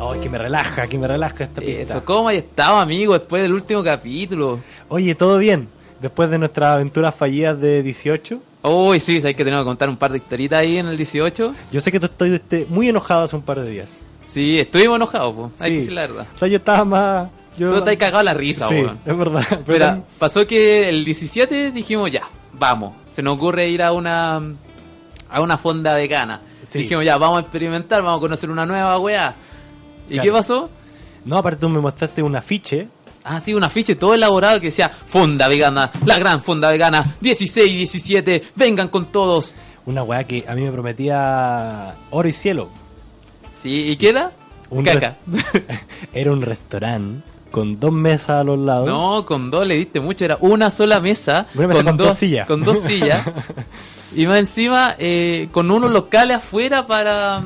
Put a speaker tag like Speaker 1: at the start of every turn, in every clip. Speaker 1: Ay, Ay, que me relaja, que me relaja esta pista.
Speaker 2: Eso, ¿cómo hay estado, amigo, después del último capítulo?
Speaker 1: Oye, todo bien. Después de nuestras aventuras fallidas de 18,
Speaker 2: Uy, sí, sabes que tenemos que contar un par de historitas ahí en el 18.
Speaker 1: yo sé que tú estoy este, muy enojado hace un par de días.
Speaker 2: Sí, estuvimos enojados, po. hay que
Speaker 1: Sí.
Speaker 2: decir la verdad.
Speaker 1: O sea, yo estaba más. Yo...
Speaker 2: Tú estás cagado la risa,
Speaker 1: Sí,
Speaker 2: weón.
Speaker 1: es verdad. Pero
Speaker 2: Mira, pasó que el 17 dijimos ya, vamos. Se nos ocurre ir a una a una fonda vegana.
Speaker 1: Sí.
Speaker 2: Dijimos ya, vamos a experimentar, vamos a conocer una nueva weá. ¿Y
Speaker 1: Claro.
Speaker 2: qué pasó?
Speaker 1: No, aparte tú me mostraste un afiche.
Speaker 2: Ah, sí, un afiche todo elaborado que decía Fonda Vegana, la gran Fonda Vegana, 16 y 17, vengan con todos.
Speaker 1: Una weá que a mí me prometía oro y cielo.
Speaker 2: Sí, ¿y queda?
Speaker 1: Un
Speaker 2: Caca.
Speaker 1: res- Era un restaurante con dos mesas a los lados.
Speaker 2: No, con dos le diste mucho, era una sola mesa.
Speaker 1: Una mesa con dos sillas.
Speaker 2: Con dos sillas. y más encima, eh, con unos locales afuera para.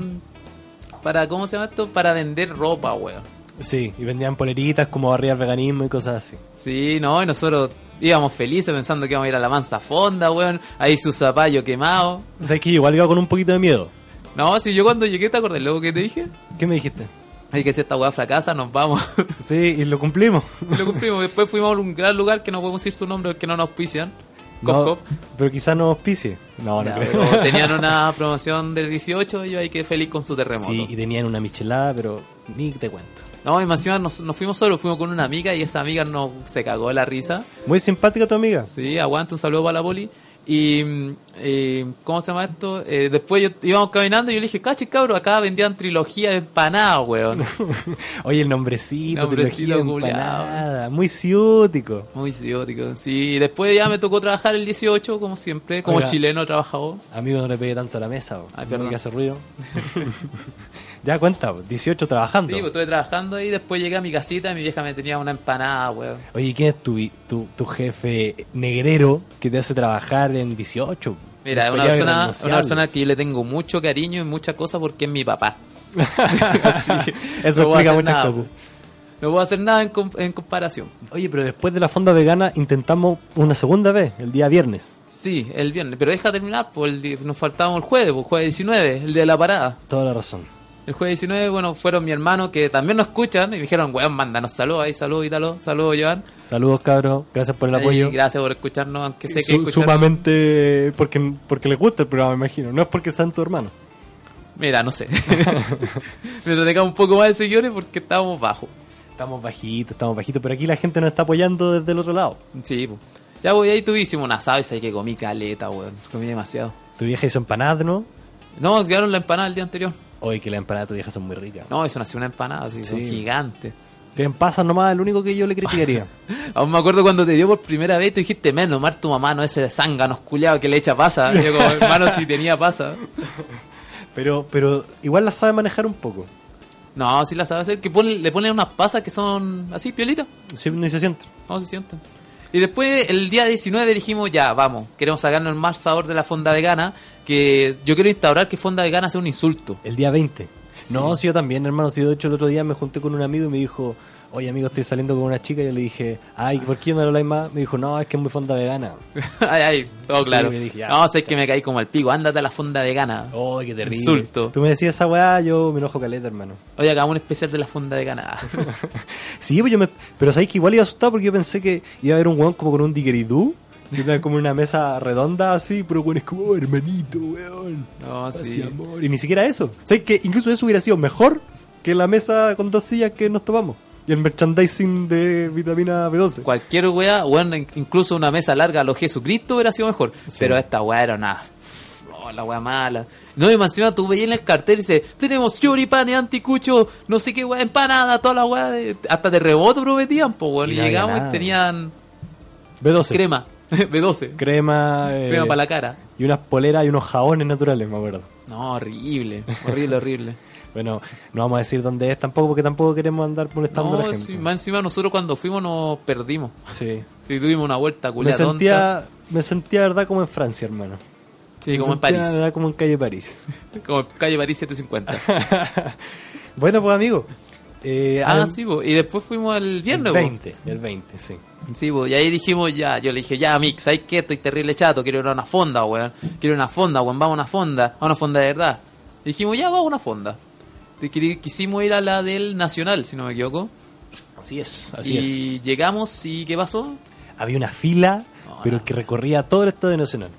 Speaker 2: para ¿Cómo se llama esto? Para vender ropa, weón.
Speaker 1: Sí, y vendían poleritas como barriga al veganismo y cosas así.
Speaker 2: Sí, no, y nosotros íbamos felices pensando que íbamos a ir a la mansa fonda, weón. Ahí su zapallo quemado.
Speaker 1: O sea, es que igual iba con un poquito de miedo.
Speaker 2: No, si yo cuando llegué, ¿te acordás luego que te dije?
Speaker 1: ¿Qué me dijiste?
Speaker 2: Hay que si esta weá fracasa, nos vamos.
Speaker 1: Sí, y lo cumplimos.
Speaker 2: Lo cumplimos. Después fuimos a un gran lugar que no podemos decir su nombre porque no nos auspician. Cof,
Speaker 1: No,
Speaker 2: cof.
Speaker 1: Pero quizás no auspicie. No, no
Speaker 2: Ya,
Speaker 1: creo.
Speaker 2: pero tenían una promoción del 18 y yo ahí quedé feliz con su terremoto.
Speaker 1: Sí, y tenían una michelada, pero ni te cuento.
Speaker 2: No, y más encima nos, nos fuimos solos, fuimos con una amiga y esa amiga no, se cagó de la risa.
Speaker 1: Muy simpática tu amiga.
Speaker 2: Sí, aguanta, un saludo para la poli. Y, mm, eh, ¿cómo se llama esto? Eh, después yo- íbamos caminando y yo le dije, cachi cabro, acá vendían trilogía de empanadas, weón.
Speaker 1: Oye, el nombrecito,
Speaker 2: Nombrecito
Speaker 1: trilogía,
Speaker 2: culiao.
Speaker 1: empanada, muy ciútico.
Speaker 2: Muy idiótico. Sí, y después ya me tocó trabajar el 18, como siempre, como
Speaker 1: Oiga.
Speaker 2: chileno trabajador.
Speaker 1: Amigo, no le pegué tanto a la mesa, bo.
Speaker 2: Ay,
Speaker 1: No,
Speaker 2: Ah, perdón.
Speaker 1: que hace ruido. ya cuenta, bo, 18 trabajando.
Speaker 2: Sí, pues estuve trabajando y después llegué a mi casita y mi vieja me tenía una empanada, weón.
Speaker 1: Oye, ¿y ¿quién es tu, vi- tu, tu jefe negrero que te hace trabajar en 18?
Speaker 2: Mira, es una
Speaker 1: Fallaba
Speaker 2: persona,
Speaker 1: irrenunciable.
Speaker 2: una persona que yo le tengo mucho cariño y muchas cosas porque es mi papá.
Speaker 1: Sí, eso
Speaker 2: No voy a
Speaker 1: explica
Speaker 2: hacer
Speaker 1: muchas
Speaker 2: nada,
Speaker 1: cosas.
Speaker 2: No puedo hacer nada en, com- en comparación.
Speaker 1: Oye, pero después de la fonda vegana intentamos una segunda vez, el día viernes.
Speaker 2: Sí, el viernes, pero deja terminar, pues el di- nos faltaba el jueves, pues jueves 19, el de la parada.
Speaker 1: Toda la razón.
Speaker 2: El jueves 19, bueno, fueron mi hermano que también nos escuchan y me dijeron, weón, mándanos saludos ahí, saludos Ítalo, saludos Joan.
Speaker 1: Saludos, cabros. Gracias por el apoyo.
Speaker 2: Y gracias por escucharnos, aunque sé que
Speaker 1: Su-
Speaker 2: escuchar-
Speaker 1: sumamente porque, porque les gusta el programa, me imagino. No es porque sean tu hermano.
Speaker 2: Mira, no sé. Pero tengamos un poco más de seguidores porque estábamos bajos.
Speaker 1: Estamos bajitos, estamos bajitos, pero aquí la gente nos está apoyando desde el otro lado.
Speaker 2: Sí, pues. Ya, voy ahí tuvimos una asado y sabes que comí caleta, weón. Comí demasiado.
Speaker 1: Tu vieja hizo empanadas, ¿no?
Speaker 2: No, quedaron la empanada el día anterior.
Speaker 1: Oye, que las empanadas de tu vieja son muy ricas.
Speaker 2: No, eso nació una empanada, así, son
Speaker 1: Sí.
Speaker 2: gigantes.
Speaker 1: Tienen pasas nomás, lo único que yo le criticaría.
Speaker 2: Aún me acuerdo cuando te dio por primera vez, tú dijiste, menos mal tu mamá no es ese zángano culiado que le echa pasa. Y yo como, hermano, si tenía pasa.
Speaker 1: pero, pero igual la sabe manejar un poco.
Speaker 2: No, sí la sabe hacer, que pone- le ponen unas pasas que son así, piolitas.
Speaker 1: Sí, no se siente.
Speaker 2: No se sienten. Y después, el día 19 dijimos, ya, vamos, queremos sacarnos el más sabor de la fonda vegana, que yo quiero instaurar que fonda vegana sea un insulto.
Speaker 1: El día 20.
Speaker 2: Sí.
Speaker 1: No, sí, yo también, hermano. Sí, de hecho, el otro día me junté con un amigo y me dijo, oye, amigo, estoy saliendo con una chica. Y yo le dije, ay, ¿por qué no lo habláis más? Me dijo, no, es que es muy fonda vegana.
Speaker 2: ay, ay, todo
Speaker 1: Sí,
Speaker 2: claro.
Speaker 1: yo dije, ya, Oh.
Speaker 2: no, sé que me caí como el pico, ándate a la fonda vegana.
Speaker 1: Oye, qué terrible.
Speaker 2: Insulto.
Speaker 1: Tú me decías esa weá, yo me enojo caleta, hermano.
Speaker 2: Oye, hagamos un especial de la fonda vegana.
Speaker 1: Sí, pues yo me... Pero sabéis que igual iba asustado porque yo pensé que iba a haber un weón como con un digueridú. que estaba como en una mesa redonda así, pero weón es como, "Oh, hermanito, weón.
Speaker 2: No,
Speaker 1: Así,
Speaker 2: sí.
Speaker 1: amor. Y ni siquiera eso. ¿Sabes que incluso eso hubiera sido mejor que la mesa con dos sillas que nos tomamos? Y el merchandising de vitamina B12.
Speaker 2: Cualquier weá, bueno, in- incluso una mesa larga a lo Jesucristo hubiera sido mejor. Pero esta weá era una. oh, la weá mala. No, y más encima tú veías en el cartel y dice: Tenemos choripanes, anticucho, no sé qué weá, empanada, toda la weá. de- Hasta de rebote prometían, pues weón.
Speaker 1: Y
Speaker 2: Y
Speaker 1: no había
Speaker 2: llegamos
Speaker 1: nada.
Speaker 2: y tenían
Speaker 1: B12.
Speaker 2: crema, B12,
Speaker 1: Crema. eh,
Speaker 2: crema para la cara.
Speaker 1: Y unas poleras y unos jabones naturales, me acuerdo.
Speaker 2: No, horrible, horrible, horrible.
Speaker 1: Bueno, no vamos a decir dónde es tampoco porque tampoco queremos andar molestando a la
Speaker 2: No,
Speaker 1: gente.
Speaker 2: sí, más encima nosotros cuando fuimos nos perdimos.
Speaker 1: Sí.
Speaker 2: Sí, tuvimos una vuelta
Speaker 1: Me
Speaker 2: culiada tonta.
Speaker 1: sentía, me sentía, verdad, como en Francia, hermano.
Speaker 2: Sí, como
Speaker 1: Me
Speaker 2: en
Speaker 1: sentía,
Speaker 2: París.
Speaker 1: verdad, como en calle París.
Speaker 2: Como en calle París 750.
Speaker 1: bueno, pues, amigo. eh,
Speaker 2: Ah,
Speaker 1: al-
Speaker 2: sí, po. y después fuimos el viernes,
Speaker 1: El
Speaker 2: po.
Speaker 1: 20, el 20, sí.
Speaker 2: Sí, po. y ahí dijimos ya, yo le dije, ya, Mix, ¿sabes qué? Estoy terrible chato, quiero ir a una fonda, weón. Quiero ir a una fonda, weón, vamos a una fonda, a una fonda de verdad. Dijimos, ya, vamos a una fonda. de que quisimos ir a la del Nacional, si no me equivoco.
Speaker 1: Así es,
Speaker 2: y llegamos y ¿qué pasó?
Speaker 1: Había una fila,
Speaker 2: No,
Speaker 1: pero
Speaker 2: no.
Speaker 1: que recorría todo el estado de Nacional.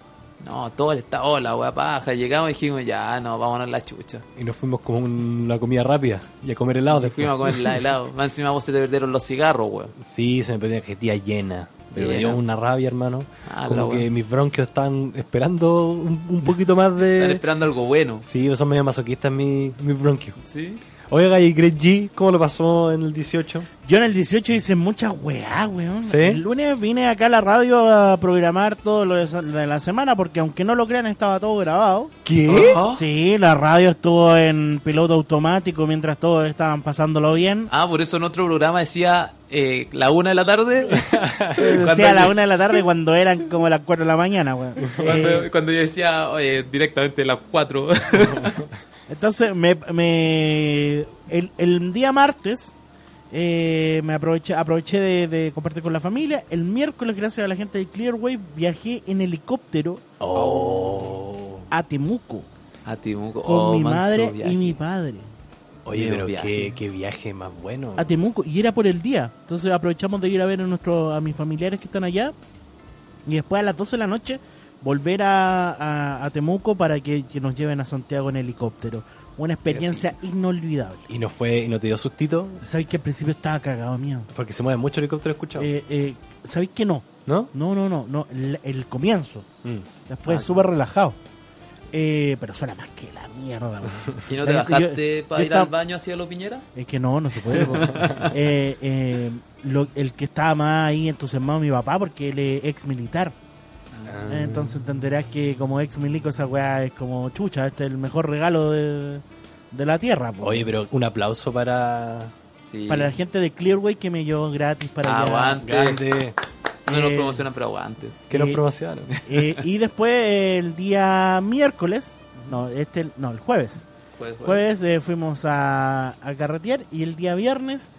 Speaker 2: No, todo el estado, la wea paja. Llegamos y dijimos, ya, no, vámonos a la chucha.
Speaker 1: Y nos fuimos con una comida rápida y a comer helado
Speaker 2: Y
Speaker 1: después.
Speaker 2: fuimos a comer la- helado. Más encima vos se te perdieron los cigarros, weón.
Speaker 1: Sí, se me perdió la cajetilla llena. Pero me
Speaker 2: Llena.
Speaker 1: dio una rabia, hermano.
Speaker 2: Ah, la
Speaker 1: Como que
Speaker 2: wea.
Speaker 1: mis bronquios están esperando un, un poquito más
Speaker 2: Están
Speaker 1: de...
Speaker 2: esperando algo bueno.
Speaker 1: Sí, son medio masoquistas mis, mis bronquios.
Speaker 2: ¿Sí?
Speaker 1: Oiga, y Greg G, ¿cómo lo pasó en el 18?
Speaker 3: Yo en el 18 hice muchas weá, weón.
Speaker 1: ¿Sí?
Speaker 3: El lunes vine acá a la radio a programar todo lo de sa- de la semana, porque aunque no lo crean, estaba todo grabado.
Speaker 1: ¿Qué?
Speaker 2: Ajá.
Speaker 3: Sí, la radio estuvo en piloto automático mientras todos estaban pasándolo bien.
Speaker 2: Ah, por eso en otro programa decía eh, la una de la tarde. Cuando
Speaker 3: Decía a la
Speaker 2: yo-
Speaker 3: una de la tarde cuando eran como las cuatro de la mañana, weón. Eh,
Speaker 2: Cuando, cuando yo decía oye, directamente las cuatro.
Speaker 3: Entonces, me, me- el, el día martes eh, me aproveché, aproveché de, de compartir con la familia. El miércoles, gracias a la gente de Clearway, viajé en helicóptero
Speaker 1: Oh.
Speaker 2: Oh.
Speaker 3: a Temuco
Speaker 2: A Temuco.
Speaker 3: con
Speaker 2: oh,
Speaker 3: mi
Speaker 2: manso
Speaker 3: madre
Speaker 2: viaje.
Speaker 3: y mi padre.
Speaker 1: Oye,
Speaker 2: Qué
Speaker 1: pero
Speaker 2: viaje.
Speaker 1: Qué, qué viaje más bueno.
Speaker 3: A Temuco, y era por el día. Entonces aprovechamos de ir a ver a, nuestro, a mis familiares que están allá. Y después a las 12 de la noche volver a, a- a Temuco para que, que nos lleven a Santiago en helicóptero. Una experiencia inolvidable.
Speaker 1: ¿Y no, fue, y no te dio sustito?
Speaker 3: ¿Sabéis que al principio estaba cagado mío?
Speaker 1: Porque se mueve mucho el helicóptero, escuchado.
Speaker 3: Eh, eh, ¿Sabéis que no?
Speaker 1: ¿No?
Speaker 3: No, no, no, no. El, el comienzo.
Speaker 1: Mm.
Speaker 3: Después súper relajado. Eh, pero suena más que la mierda. weón.
Speaker 2: ¿Y no te
Speaker 3: Yo-
Speaker 2: bajaste
Speaker 3: yo
Speaker 2: para ir
Speaker 3: estaba-
Speaker 2: al baño hacia lo Piñera?
Speaker 3: Es que no, no se puede. po. Eh, eh, lo- el que estaba más ahí entusiasmado mi papá porque él es ex militar.
Speaker 1: Ah.
Speaker 3: Entonces entenderás que como ex milico esa weá es como chucha. Este es el mejor regalo de, de la tierra. po.
Speaker 1: Oye, pero un aplauso para...
Speaker 2: Sí.
Speaker 3: Para la gente de Clearway que me llevó gratis para
Speaker 1: Ah,
Speaker 3: allá.
Speaker 2: Aguante.
Speaker 1: Grande.
Speaker 2: No nos
Speaker 3: Eh,
Speaker 2: promocionan, pero aguante.
Speaker 1: Que nos
Speaker 3: Eh,
Speaker 1: promocionaron.
Speaker 3: Eh, y después eh, el día miércoles, no, este, no, el jueves.
Speaker 2: Jueves, jueves.
Speaker 3: Jueves eh, fuimos a, a carretear y el día viernes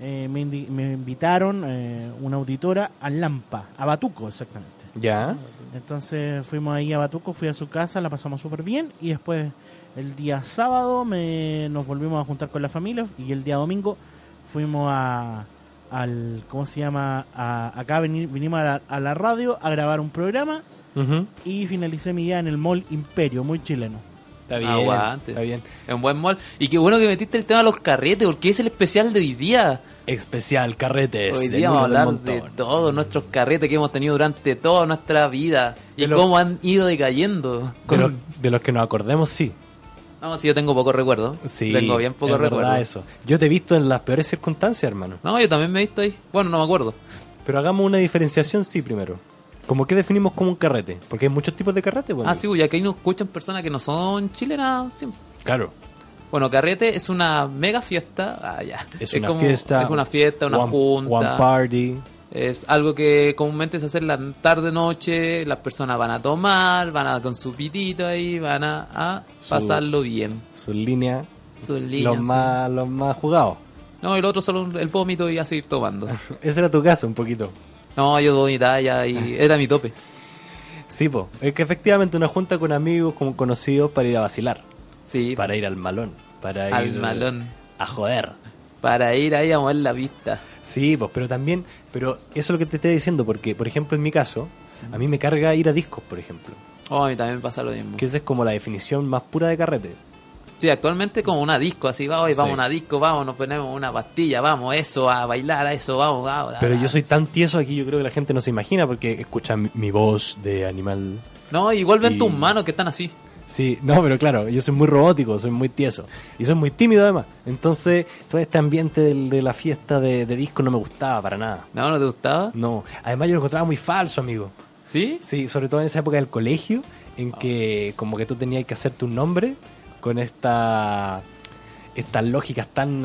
Speaker 3: eh, me, indi- me invitaron eh, una auditora a Lampa, a Batuco exactamente.
Speaker 1: ¿Ya?
Speaker 3: Entonces fuimos ahí a Batuco, fui a su casa, la pasamos súper bien y después el día sábado me, nos volvimos a juntar con la familia y el día domingo fuimos a al ¿cómo se llama? A- acá veni- vinimos a la- a la radio a grabar un programa y finalicé mi día en el Mall Imperio, muy chileno.
Speaker 1: Está bien.
Speaker 2: Aguante.
Speaker 1: Está bien.
Speaker 2: En buen mall. Y qué bueno que metiste el tema de los carretes, porque es el especial de hoy día.
Speaker 1: Especial carretes.
Speaker 2: Hoy
Speaker 1: el
Speaker 2: día vamos a
Speaker 1: uno del
Speaker 2: hablar de
Speaker 1: montón.
Speaker 2: todos nuestros carretes que hemos tenido durante toda nuestra vida y
Speaker 1: De lo-
Speaker 2: cómo han ido decayendo.
Speaker 1: De, los- de los que nos acordemos, sí.
Speaker 2: Vamos, si yo tengo poco recuerdo.
Speaker 1: Sí.
Speaker 2: tengo bien poco
Speaker 1: es verdad
Speaker 2: recuerdo.
Speaker 1: eso. Yo te he visto en las peores circunstancias, hermano.
Speaker 2: No, yo también me he visto ahí. Bueno, no me acuerdo.
Speaker 1: Pero hagamos una diferenciación, sí, primero. Como que definimos como un carrete. Porque hay muchos tipos de carrete, bueno.
Speaker 2: Ah, sí, ya que ahí nos escuchan personas que no son chilenas. siempre.
Speaker 1: Claro.
Speaker 2: Bueno, carrete es una mega fiesta. Ah, ya.
Speaker 1: Es, una fiesta.
Speaker 2: Es una fiesta, una
Speaker 1: one-
Speaker 2: junta.
Speaker 1: One party.
Speaker 2: Es algo que comúnmente se hace en la tarde noche, las personas van a tomar, van a con su pitito ahí, van a, a
Speaker 1: Su-
Speaker 2: pasarlo bien.
Speaker 1: Sus líneas.
Speaker 2: Sus
Speaker 1: los,
Speaker 2: líneas,
Speaker 1: más, los más jugados.
Speaker 2: sí. No, el otro solo el vómito y a seguir tomando.
Speaker 1: Ese era tu caso, un poquito.
Speaker 2: No, yo vomitaba ya y era mi tope.
Speaker 1: Sí, po. Es que efectivamente una junta con amigos, con conocidos, para ir a vacilar.
Speaker 2: Sí,
Speaker 1: Para ir al malón. Para
Speaker 2: Al
Speaker 1: ir
Speaker 2: malón.
Speaker 1: A joder.
Speaker 2: para ir ahí a mover la vista.
Speaker 1: Sí, pues, pero también, pero eso es lo que te estoy diciendo, porque, por ejemplo, en mi caso, a mí me carga ir a discos, por ejemplo,
Speaker 2: Oh, a mí también me pasa lo mismo.
Speaker 1: que esa es como la definición más pura de carrete.
Speaker 2: Sí, actualmente como una disco, así va hoy, vamos
Speaker 1: Sí.
Speaker 2: a una disco, vamos, nos ponemos una pastilla, vamos, eso, a bailar, a eso, vamos, vamos.
Speaker 1: Pero
Speaker 2: ah,
Speaker 1: yo
Speaker 2: ah.
Speaker 1: soy tan tieso aquí, yo creo que la gente no se imagina porque escucha mi, mi voz de animal.
Speaker 2: No, igual ven
Speaker 1: Y-
Speaker 2: tus manos que están así.
Speaker 1: Sí, no, pero claro, yo soy muy robótico, soy muy tieso y soy muy tímido además. Entonces, todo este ambiente del- de, la fiesta de, de disco no me gustaba para nada.
Speaker 2: No, ¿no te gustaba?
Speaker 1: No, además yo lo encontraba muy falso, amigo.
Speaker 2: ¿Sí?
Speaker 1: Sí, sobre todo en esa época del colegio,
Speaker 2: Ah.
Speaker 1: en que como que tú tenías que hacer tu nombre con esta estas lógicas tan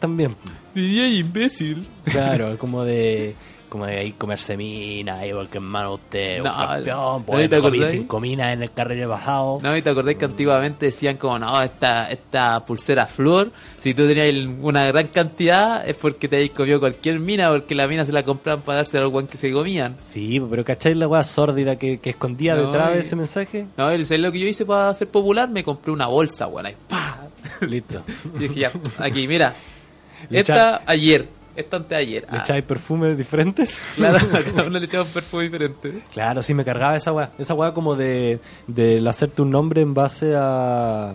Speaker 1: también.
Speaker 2: Diría imbécil.
Speaker 1: Claro, como de como de ahí comerse mina, ahí porque hermano usted es un
Speaker 2: No,
Speaker 1: campeón,
Speaker 2: ¿no
Speaker 1: pues
Speaker 2: te
Speaker 1: comí
Speaker 2: acordás?
Speaker 1: cinco minas en el carril bajado.
Speaker 2: No, y te acordás que antiguamente decían como, no, esta, esta pulsera flor, si tú tenías el- una gran cantidad, es porque te habéis comido cualquier mina, porque la mina se la compraban para dársela al guan que se comían.
Speaker 1: Sí, pero ¿cachai la weá sórdida que, que escondía
Speaker 2: No,
Speaker 1: detrás de
Speaker 2: y-
Speaker 1: ese mensaje?
Speaker 2: No, y ¿sabes lo que yo hice para ser popular? Me compré una bolsa, weón, ahí, pa.
Speaker 1: Listo.
Speaker 2: Y dije, ya, aquí, mira.
Speaker 1: Le
Speaker 2: Esta ayer, esta anteayer.
Speaker 1: ¿Le
Speaker 2: Ah,
Speaker 1: echáis perfumes diferentes?
Speaker 2: claro, a cada uno le echaba un perfume diferente.
Speaker 1: Claro, sí, me cargaba esa weá. Esa weá como de, del hacerte un nombre en base a,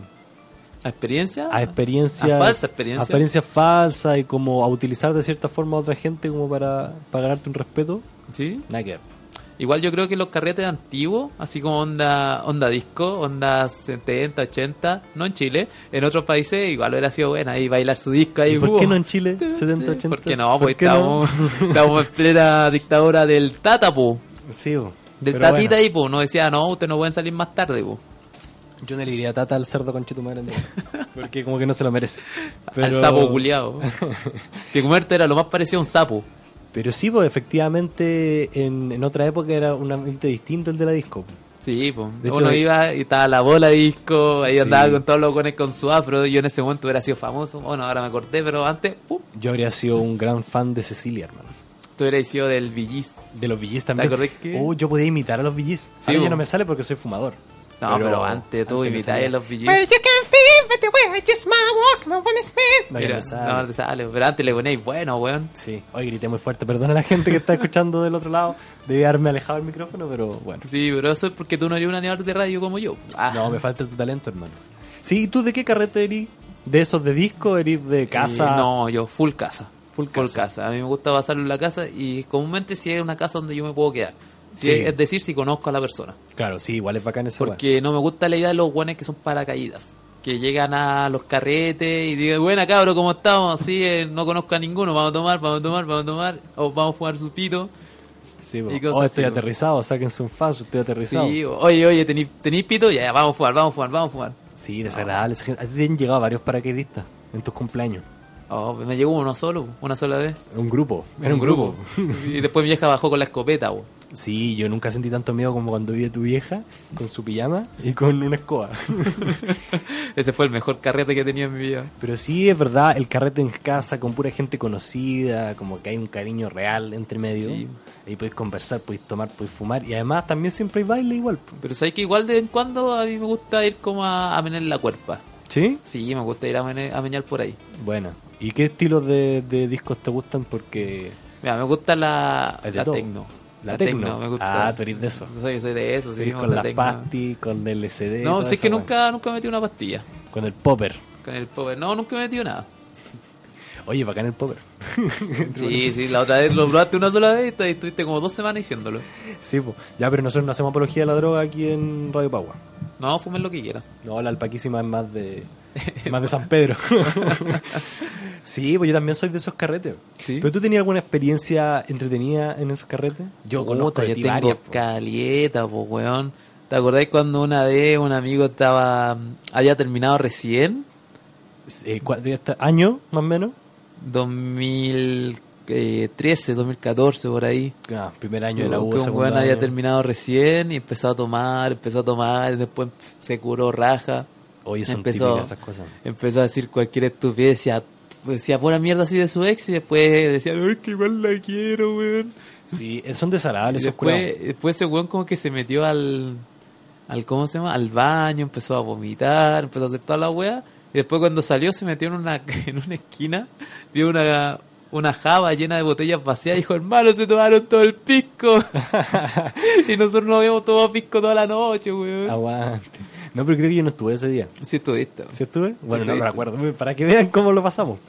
Speaker 2: ¿A experiencia?
Speaker 1: a experiencias.
Speaker 2: A falsa experiencia.
Speaker 1: a experiencias falsas y como a utilizar de cierta forma a otra gente como para, para ganarte un respeto.
Speaker 2: Sí.
Speaker 1: Nada que ver.
Speaker 2: Igual yo creo que los carretes antiguos, así como onda, onda disco, onda 70, 80, no en Chile, en otros países igual hubiera sido buena ahí bailar su disco ahí.
Speaker 1: ¿Y por
Speaker 2: ¡buah!
Speaker 1: qué no en Chile?
Speaker 2: Sí,
Speaker 1: 70, 80.
Speaker 2: ¿Por qué no? Porque
Speaker 1: qué no?
Speaker 2: estamos, estamos en plena dictadura del tata, po.
Speaker 1: Sí, bo.
Speaker 2: Del
Speaker 1: Pero
Speaker 2: tatita
Speaker 1: bueno,
Speaker 2: ahí, po. No decía, no, ustedes no pueden salir más tarde, po.
Speaker 1: Yo no le diría tata al cerdo con madre no. Porque como que no se lo merece.
Speaker 2: Al sapo culiado. que comerte era lo más parecido a un sapo.
Speaker 1: Pero sí, pues efectivamente en, en otra época era un ambiente distinto el de la disco.
Speaker 2: Sí, pues.
Speaker 1: De hecho,
Speaker 2: Uno
Speaker 1: de-
Speaker 2: iba y estaba la bola disco, ahí
Speaker 1: Sí.
Speaker 2: andaba con todos los cones con su afro. Yo en ese momento hubiera sido famoso. Bueno, ahora me corté, pero antes, pum,
Speaker 1: Yo habría sido un gran fan de Cecilia, hermano.
Speaker 2: tú hubieras sido del villista.
Speaker 1: De los VGs también.
Speaker 2: acordás que-
Speaker 1: Oh, yo podía imitar a los VGs.
Speaker 2: Sí,
Speaker 1: Ahora
Speaker 2: bo.
Speaker 1: ya no me sale porque soy fumador.
Speaker 2: No, pero, antes tú
Speaker 1: me
Speaker 2: imitabas
Speaker 1: salía.
Speaker 2: a los villistas.
Speaker 4: Well, you can feel but the way I just my walk, my woman's feel.
Speaker 1: No, ya
Speaker 2: Mira,
Speaker 1: me sale.
Speaker 2: no, te sale. Pero antes le ponéis bueno, weón.
Speaker 1: Sí, hoy grité muy fuerte. Perdona a la gente que está escuchando del otro lado. Debí haberme alejado del micrófono, pero bueno.
Speaker 2: Sí, pero eso es porque tú no eres un animador de radio como yo. Ah,
Speaker 1: No, me falta tu talento, hermano. Sí, ¿y tú de qué carrete eres? ¿De esos de disco? ¿Eres de casa?
Speaker 2: Eh, no, yo full casa.
Speaker 1: Full
Speaker 2: Full,
Speaker 1: casa.
Speaker 2: casa. A mí me gusta pasarlo en la casa y comúnmente si es una casa donde yo me puedo quedar. Si
Speaker 1: Sí.
Speaker 2: es, es decir, si conozco a la persona.
Speaker 1: Claro, sí, igual es bacán esa
Speaker 2: porque no me gusta la idea de los guanes que son paracaídas. Que llegan a los carretes y dicen, buena cabro, ¿cómo estamos? Sí, eh, no conozco a ninguno, vamos a tomar, vamos a tomar, vamos a tomar. O vamos a jugar sus pitos.
Speaker 1: weá. Sí, bo.
Speaker 2: y cosas
Speaker 1: oh, estoy
Speaker 2: así, bo.
Speaker 1: aterrizado, sáquense un faso, estoy aterrizado.
Speaker 2: Sí,
Speaker 1: Sí,
Speaker 2: o, oye, oye, ¿tení, tení pito? Ya, ya, vamos a jugar, vamos a jugar, vamos a jugar.
Speaker 1: desagradable esa gente. A ti te han llegado varios paracaidistas en tus cumpleaños.
Speaker 2: Oh, me llegó uno solo, una sola vez.
Speaker 1: Un grupo. Era un, grupo.
Speaker 2: y después mi vieja bajó con la escopeta, bo.
Speaker 1: Sí, yo nunca sentí tanto miedo como cuando vi a tu vieja con su pijama y con una escoba.
Speaker 2: Ese fue el mejor carrete que he tenido en mi vida.
Speaker 1: Pero sí, es verdad, el carrete en casa con pura gente conocida, como que hay un cariño real entre medio.
Speaker 2: Sí.
Speaker 1: Ahí podéis conversar, podéis tomar, podéis fumar. Y además también siempre hay baile igual. po.
Speaker 2: Pero sabes que igual de vez en cuando a mí me gusta ir como a, a menear la cuerpa.
Speaker 1: ¿Sí?
Speaker 2: Sí, me gusta ir a, mene- a menear por ahí.
Speaker 1: Bueno. ¿Y qué estilos de, de discos te gustan? Porque...
Speaker 2: Mira, me gusta la,
Speaker 1: Hay de
Speaker 2: la
Speaker 1: todo.
Speaker 2: tecno.
Speaker 1: La
Speaker 2: tecno.
Speaker 1: tecno.
Speaker 2: me gusta.
Speaker 1: Ah, tú eres de eso.
Speaker 2: Yo Soy, soy de eso, sí,
Speaker 1: Sí,
Speaker 2: me
Speaker 1: con
Speaker 2: gusta
Speaker 1: la
Speaker 2: tecno.
Speaker 1: pasty, con el LCD.
Speaker 2: No,
Speaker 1: toda
Speaker 2: sé
Speaker 1: esa
Speaker 2: que
Speaker 1: weá.
Speaker 2: nunca, nunca metí una pastilla.
Speaker 1: Con el popper.
Speaker 2: Con el power. No, nunca me metido nada.
Speaker 1: Oye, bacán el popper.
Speaker 2: Sí, sí, la otra vez lo probaste una sola vez y estuviste como dos semanas diciéndolo.
Speaker 1: sí, po. ya, pero nosotros no hacemos apología de la droga aquí en Radio Pagua.
Speaker 2: No, fumen lo que quieran.
Speaker 1: No, la alpaquísima es más de, más de San Pedro. sí, pues yo también soy de esos carretes.
Speaker 2: Sí.
Speaker 1: ¿Pero tú tenías alguna experiencia entretenida en esos carretes? Yo
Speaker 2: Puta, yo
Speaker 1: de ti
Speaker 2: tengo
Speaker 1: varias, po.
Speaker 2: calieta, po, weón. ¿Te acordás cuando una vez un amigo estaba mm, había terminado recién?
Speaker 1: Eh, cua- de este año, más o menos.
Speaker 2: eh, 2013, 2014, por ahí.
Speaker 1: Ah, primer año de la
Speaker 2: Creo
Speaker 1: U,
Speaker 2: que un
Speaker 1: segundo
Speaker 2: weón había
Speaker 1: año.
Speaker 2: terminado recién y empezó a tomar, empezó a tomar, después se curó raja.
Speaker 1: Oye, son
Speaker 2: empezó,
Speaker 1: típicas esas cosas.
Speaker 2: empezó a decir cualquier estupidez, decía, decía pura mierda así de su ex y después decía, ay, que igual la quiero, weón.
Speaker 1: Sí, eh, son desagradables
Speaker 2: Y
Speaker 1: esos
Speaker 2: después,
Speaker 1: curados.
Speaker 2: después ese weón como que se metió al, al ¿cómo se llama? al baño, empezó a vomitar, empezó a hacer toda la wea, y después cuando salió se metió en una, en una esquina, vio una una java llena de botellas vacías y dijo, hermano, se tomaron todo el pisco. y nosotros no habíamos tomado pisco toda la noche,
Speaker 1: Ah,
Speaker 2: weón.
Speaker 1: Aguante. No, pero creo que yo no estuve ese día.
Speaker 2: Sí estuviste.
Speaker 1: ¿Sí estuve? Bueno, no
Speaker 2: estuviste.
Speaker 1: me acuerdo. Para que vean cómo lo pasamos.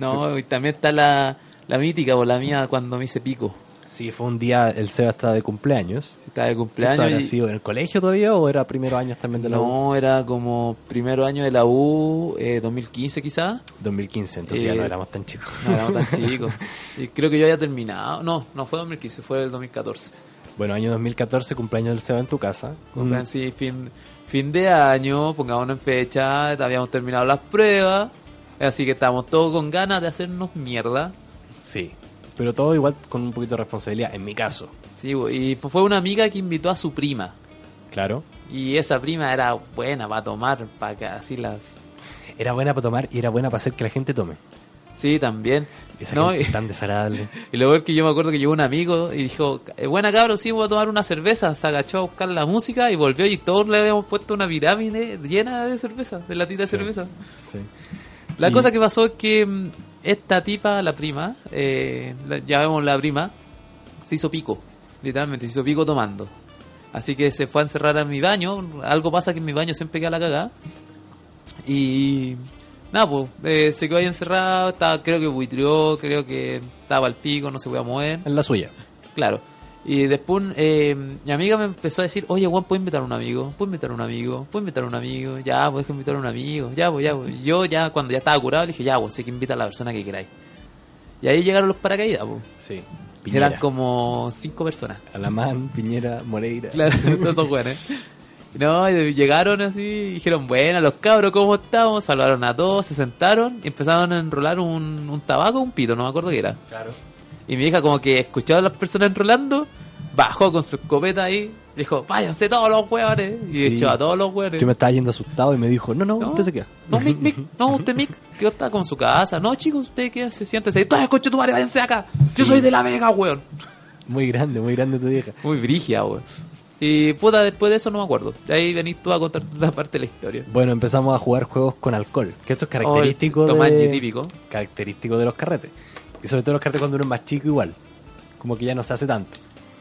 Speaker 2: No, y también está la, la mítica, por la mía, cuando me hice pico.
Speaker 1: Sí, fue un día, el Seba estaba de cumpleaños.
Speaker 2: Si estaba de
Speaker 1: ¿Esto habrá
Speaker 2: cumpleaños. y-
Speaker 1: sido en el colegio todavía o era primero años también de la U?
Speaker 2: no, era como primero año de la U, eh, 2015 quizás.
Speaker 1: 2015, entonces ya
Speaker 2: Eh,
Speaker 1: no éramos tan chicos.
Speaker 2: No éramos tan chicos. Y creo que yo había terminado. No, no fue 2015, fue el 2014.
Speaker 1: Bueno, año 2014, cumpleaños del Seba en tu casa. Mm,
Speaker 2: Compré así, fin, fin de año, pongámonos en fecha, habíamos terminado las pruebas. Así que estábamos todos con ganas de hacernos mierda.
Speaker 1: Mm, Sí, pero todo igual con un poquito de responsabilidad, en mi caso.
Speaker 2: Sí, bo- y fu- fue una amiga que invitó a su prima.
Speaker 1: Claro.
Speaker 2: Y esa prima era buena para tomar, para que así las.
Speaker 1: Era buena para tomar y era buena para hacer que la gente tome.
Speaker 2: Sí, también.
Speaker 1: Esa
Speaker 2: No,
Speaker 1: gente
Speaker 2: y-
Speaker 1: es tan desagradable.
Speaker 2: Y lo peor que yo me acuerdo que llegó un amigo y dijo, "Eh, buena cabros, sí, voy a tomar una cerveza. Se agachó a buscar la música y volvió y todos le habíamos puesto una pirámide llena de cerveza, de latita de cerveza.
Speaker 1: Sí.
Speaker 2: La
Speaker 1: Y-
Speaker 2: cosa que pasó es que mm, esta tipa, la prima, eh, la- llamémosla prima, se hizo pico, literalmente, se hizo pico tomando. Así que se fue a encerrar a mi baño, algo pasa que en mi baño siempre queda la cagada. Y nada, pues, eh, se quedó ahí encerrado, estaba, creo que buitreó, creo que estaba al pico, no se podía mover.
Speaker 1: Es la suya.
Speaker 2: Claro. Y después eh, mi amiga me empezó a decir, oye Juan, ¿puedo invitar a un amigo? ¿Puedo invitar a un amigo? ¿Puedo invitar a un amigo? Ya, pues que invitar a un amigo. Ya, pues, ya, pues. Yo ya cuando ya estaba curado le dije, ya, pues, sí que invita a la persona que queráis. Y ahí llegaron los paracaídas, pues.
Speaker 1: Sí.
Speaker 2: Eran como cinco personas.
Speaker 1: Alamán, Piñera, Moreira.
Speaker 2: Claro, todos esos weones. No, y de- llegaron así, y dijeron, bueno, los cabros, ¿cómo estamos? Saludaron a todos, se sentaron y empezaron a enrolar un, un tabaco, un pito, no me acuerdo qué era. Claro. Y mi hija como que escuchaba a las personas enrolando, bajó con su escopeta ahí, dijo, váyanse todos los hueones. Y
Speaker 1: Sí.
Speaker 2: echó a todos los hueones.
Speaker 1: Yo me estaba yendo asustado y me dijo, no, no,
Speaker 2: No.
Speaker 1: usted se queda.
Speaker 2: No, Mick, Mick, no, usted, Mick, que está con su casa. No, chicos, usted que se siente ahí. Todas escucho tu madre, váyanse de acá. Yo soy de la Vega, weón.
Speaker 1: Muy grande, muy grande tu vieja.
Speaker 2: Muy brigia, weón. Y puta, después de eso no me acuerdo. De ahí venís tú a contar la parte de la historia.
Speaker 1: Bueno, empezamos a jugar juegos con alcohol, que esto es característico,
Speaker 2: Oh, el Tomanji
Speaker 1: de,
Speaker 2: típico.
Speaker 1: característico de los carretes. Y sobre todo los carretes cuando uno es más chico igual. Como que ya no se hace tanto.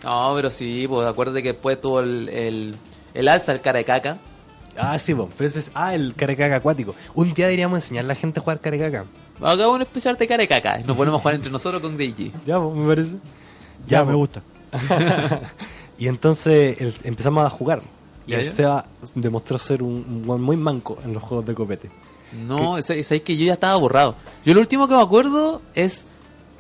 Speaker 2: No, pero sí, pues acuérdate que después tuvo el, el, el alza, el cara de caca.
Speaker 1: Ah, sí, bueno, pero ese es, ah, el carecaca acuático. Un día deberíamos enseñar a la gente a jugar carecaca.
Speaker 2: Acabo un especial de cara de caca. Nos ponemos a jugar entre nosotros con Deiji.
Speaker 1: Ya, pues, me parece.
Speaker 3: Ya,
Speaker 1: Ya,
Speaker 3: me
Speaker 1: po.
Speaker 3: gusta.
Speaker 1: Y entonces el- empezamos a jugar. Y
Speaker 2: ¿Ya,
Speaker 1: el
Speaker 2: ya?
Speaker 1: Seba demostró ser un, un weón muy manco en los juegos de copete.
Speaker 2: No, es, es ahí que yo ya estaba borrado. Yo lo último que me acuerdo es...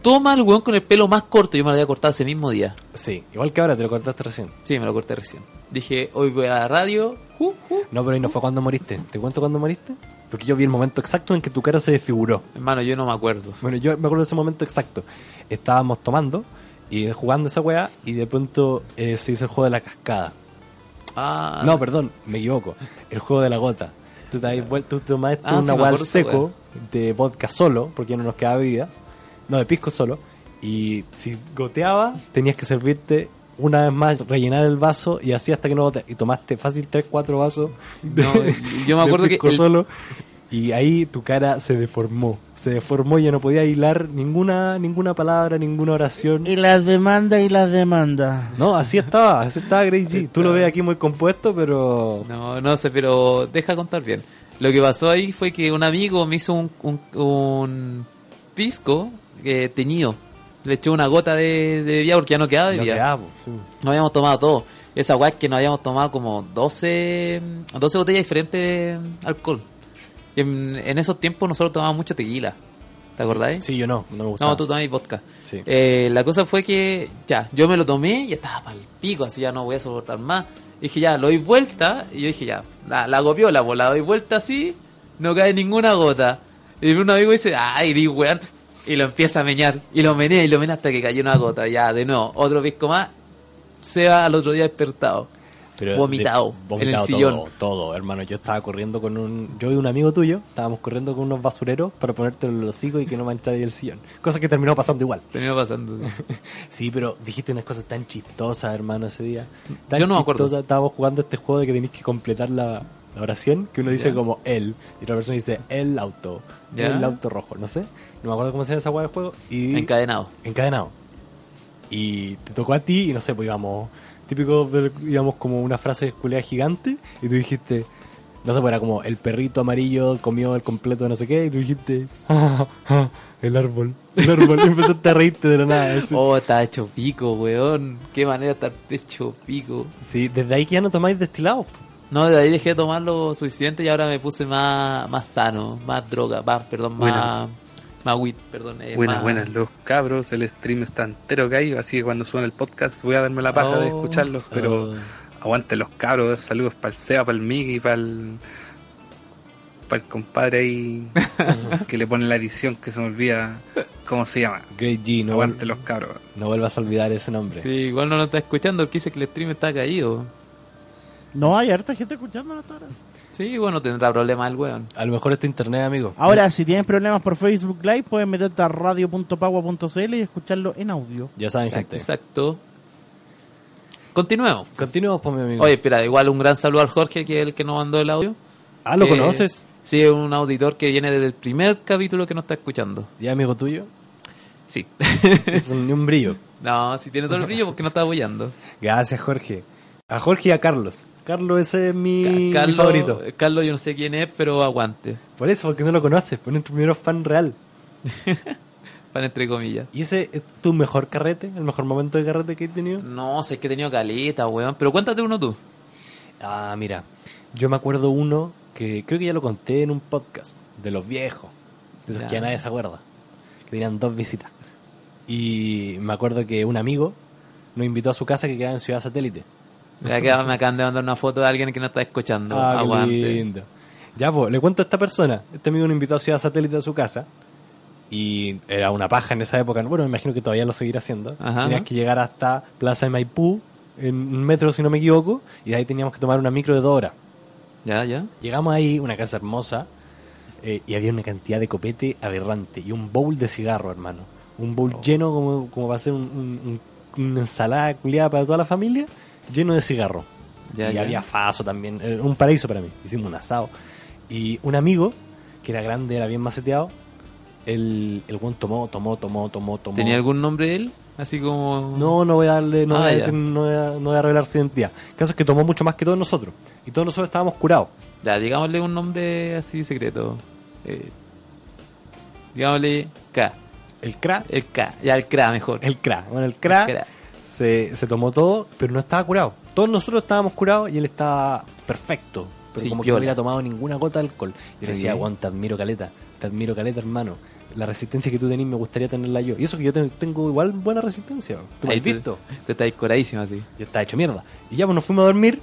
Speaker 2: Toma el weón con el pelo más corto. Yo me lo había cortado ese mismo día.
Speaker 1: Sí, igual que ahora, te lo cortaste recién.
Speaker 2: Sí, me lo corté recién. Dije, hoy voy a la radio. ju, ju.
Speaker 1: No, pero ahí no fue cuando moriste. ¿Te cuento cuando moriste? Porque yo vi el momento exacto en que tu cara se desfiguró.
Speaker 2: Hermano, yo no me acuerdo.
Speaker 1: Bueno, yo me acuerdo de ese momento exacto. Estábamos tomando y jugando esa weá y de pronto eh, se hizo el juego de la cascada.
Speaker 2: Ah,
Speaker 1: No, perdón, me equivoco. El juego de la gota. Tú, te habías vuelto- tú tomaste
Speaker 2: Ah, sí,
Speaker 1: una
Speaker 2: me
Speaker 1: weá al
Speaker 2: acuerdo esa
Speaker 1: seco de vodka solo, porque ya no nos quedaba bebida. No, de pisco solo. Y si goteaba, tenías que servirte una vez más, rellenar el vaso y así hasta que no goteara. Y tomaste fácil 3, 4 vasos. de-
Speaker 2: No, yo me
Speaker 1: de
Speaker 2: acuerdo que
Speaker 1: pisco
Speaker 2: el-
Speaker 1: solo. Y ahí tu cara se deformó. Se deformó y ya no podía hilar ninguna, ninguna palabra, ninguna oración.
Speaker 2: Eh.
Speaker 3: Y las demandas y las demandas.
Speaker 1: No, así estaba, así estaba Grey G. Tú
Speaker 2: Eh.
Speaker 1: lo ves aquí muy compuesto, pero...
Speaker 2: No, no sé, pero deja contar bien. Lo que pasó ahí fue que un amigo me hizo un, un, un pisco eh, teñido. Le echó una gota de, de bebida porque ya no quedaba
Speaker 1: no
Speaker 2: bebida.
Speaker 1: quedaba, po, sí.
Speaker 2: No habíamos tomado todo. Esa guay que nos habíamos tomado como 12, 12 botellas diferentes de alcohol. Y en, en esos tiempos nosotros tomábamos mucha tequila. ¿Te acordáis?
Speaker 1: Sí, yo no, no me gustaba.
Speaker 2: No, tú tomabas vodka.
Speaker 1: Sí.
Speaker 2: Eh, la cosa fue que ya, yo me lo tomé y estaba pal pico, así ya no voy a soportar más. Dije ya, lo doy vuelta y yo dije ya, la, la gopiola, pues la doy vuelta así, no cae ninguna gota. Y un amigo dice, ay, di weón, y lo empieza a meñar, y lo menea y lo menea hasta que cayó una gota. Ya, de nuevo, otro pisco más, se va al otro día despertado.
Speaker 1: Pero
Speaker 2: vomitado,
Speaker 1: de-
Speaker 2: en
Speaker 1: vomitado
Speaker 2: el sillón.
Speaker 1: Todo, todo, hermano. Yo estaba corriendo con un. Yo y un amigo tuyo estábamos corriendo con unos basureros para ponértelo en el hocico y que no manchara ahí el sillón. Cosa que terminó pasando igual.
Speaker 2: Terminó pasando.
Speaker 1: Sí, pero dijiste unas cosas tan chistosas, hermano, ese día. Tan
Speaker 2: Yo no me acuerdo.
Speaker 1: chistosas. Estábamos jugando este juego de que tenéis que completar la, la oración que uno dice
Speaker 2: Ya.
Speaker 1: como él y otra persona dice el auto.
Speaker 2: Ya.
Speaker 1: El auto rojo, no sé. No me acuerdo cómo se llama esa hueá de juego. Y
Speaker 2: Encadenado.
Speaker 1: encadenado. Y te tocó a ti y no sé, pues íbamos, típico, del- íbamos como una frase de culea gigante y tú dijiste, no sé, pues era como el perrito amarillo comió el completo de no sé qué y tú dijiste, "Ah, ah, el árbol, el árbol, y empezaste a reírte de la nada. así.
Speaker 2: Oh, está hecho pico, weón. Qué manera de estar hecho pico.
Speaker 1: Sí, desde ahí que ya no tomáis destilados. pues,
Speaker 2: No, de ahí dejé de tomar lo suficiente y ahora me puse más, más sano, más droga, más, perdón, más,
Speaker 5: Buena.
Speaker 2: más weed, perdón. eh,
Speaker 5: Buenas,
Speaker 2: más-
Speaker 5: buenas, los cabros, el stream está entero caído, así que cuando suban el podcast voy a darme la paja de
Speaker 2: Oh.
Speaker 5: escucharlos, pero
Speaker 2: Oh.
Speaker 5: aguanten los cabros, saludos para el Seba, para el Miki, para el, para el compadre ahí que le pone la edición que se me olvida cómo se llama.
Speaker 1: Great G, no,
Speaker 5: Aguante los cabros.
Speaker 1: vuel- no vuelvas a olvidar ese nombre.
Speaker 2: Sí, igual no lo está escuchando porque dice que el stream está caído.
Speaker 3: No, hay harta gente escuchando hasta ahora.
Speaker 2: Sí, bueno, tendrá problemas el weón.
Speaker 1: A lo mejor esto es internet, amigo.
Speaker 2: Ah,
Speaker 3: Ahora, si tienen problemas por Facebook Live, pueden meterte a radio.pagua.cl y escucharlo en audio.
Speaker 1: Ya saben,
Speaker 2: Exacto.
Speaker 1: gente.
Speaker 2: exacto. Continuemos.
Speaker 1: Continuamos, pues, mi amigo.
Speaker 2: Oye, espera, igual un gran saludo al Jorge, que es el que nos mandó el audio.
Speaker 1: ah, ¿lo
Speaker 2: Que-
Speaker 1: conoces?
Speaker 2: Sí, es un auditor que viene desde el primer capítulo que nos está escuchando.
Speaker 1: Ya, amigo tuyo.
Speaker 2: Sí.
Speaker 1: Es un, un brillo.
Speaker 2: no, si tiene todo el brillo porque no está apoyando.
Speaker 1: Gracias, Jorge. A Jorge y a Carlos. Carlos, ese es mi, mi
Speaker 2: Carlos,
Speaker 1: favorito.
Speaker 2: Carlos, yo no sé quién es, pero aguante.
Speaker 1: Por eso, porque no lo conoces. Fue nuestro primer fan real.
Speaker 2: Para entre comillas.
Speaker 1: ¿Y ese es tu mejor carrete? ¿El mejor momento de carrete que he tenido?
Speaker 2: No, sé que he tenido caleta, weón. Pero cuéntate uno tú.
Speaker 1: Ah, mira. Yo me acuerdo uno que creo que ya lo conté en un podcast. De los viejos. De esos
Speaker 2: Ya.
Speaker 1: que ya nadie se acuerda. Que tenían dos visitas. Y me acuerdo que un amigo nos invitó a su casa que quedaba en Ciudad Satélite.
Speaker 2: Ya que me acaban de mandar una foto de alguien que no está escuchando.
Speaker 1: Ah, qué
Speaker 2: aguante.
Speaker 1: lindo. Ya, pues, le cuento a esta persona. Este amigo nos invitó a Ciudad Satélite a su casa. Y era una paja en esa época. Bueno, me imagino que todavía lo seguirá haciendo.
Speaker 2: Ajá.
Speaker 1: Tenías que llegar hasta Plaza de Maipú, en un metro, si no me equivoco. Y de ahí teníamos que tomar una micro de dos horas.
Speaker 2: Ya, ya.
Speaker 1: Llegamos ahí, una casa hermosa. eh, y había una cantidad de copete aberrante. Y un bowl de cigarro, hermano. Un bowl
Speaker 2: Oh.
Speaker 1: lleno, como, como para hacer un- un- un- una ensalada culiada para toda la familia, lleno de cigarro
Speaker 2: Ya,
Speaker 1: y
Speaker 2: ya.
Speaker 1: había faso también, era un paraíso para mí. Hicimos un asado. Y un amigo, que era grande, era bien maceteado, el, el buen tomó, tomó, tomó, tomó, tomó.
Speaker 2: ¿Tenía algún nombre él? Así como.
Speaker 1: No, no voy a darle, no,
Speaker 2: Ah,
Speaker 1: voy a
Speaker 2: ya.
Speaker 1: decir- no voy a, no voy a revelar su identidad. El caso es que tomó mucho más que todos nosotros. Y todos nosotros estábamos curados.
Speaker 2: Ya, digámosle un nombre así secreto. Eh, digámosle K.
Speaker 1: El cra,
Speaker 2: El K. Ya, el K mejor.
Speaker 1: el cra. Bueno, el cra,
Speaker 2: El cra.
Speaker 1: Se, se tomó todo, pero no estaba curado. Todos nosotros estábamos curados y él estaba perfecto. Pero
Speaker 2: Sí,
Speaker 1: como que no
Speaker 2: piola.
Speaker 1: hubiera tomado ninguna gota de alcohol. Yo le decía,
Speaker 2: Bien.
Speaker 1: Juan, te admiro caleta, te admiro caleta, hermano. La resistencia que tú tenés me gustaría tenerla yo. Y eso que yo ten- tengo igual buena resistencia. Tú me
Speaker 2: Ahí
Speaker 1: has visto.
Speaker 2: Te estáis curadísimo así.
Speaker 1: Yo estaba hecho mierda. Y ya, pues nos fuimos a dormir.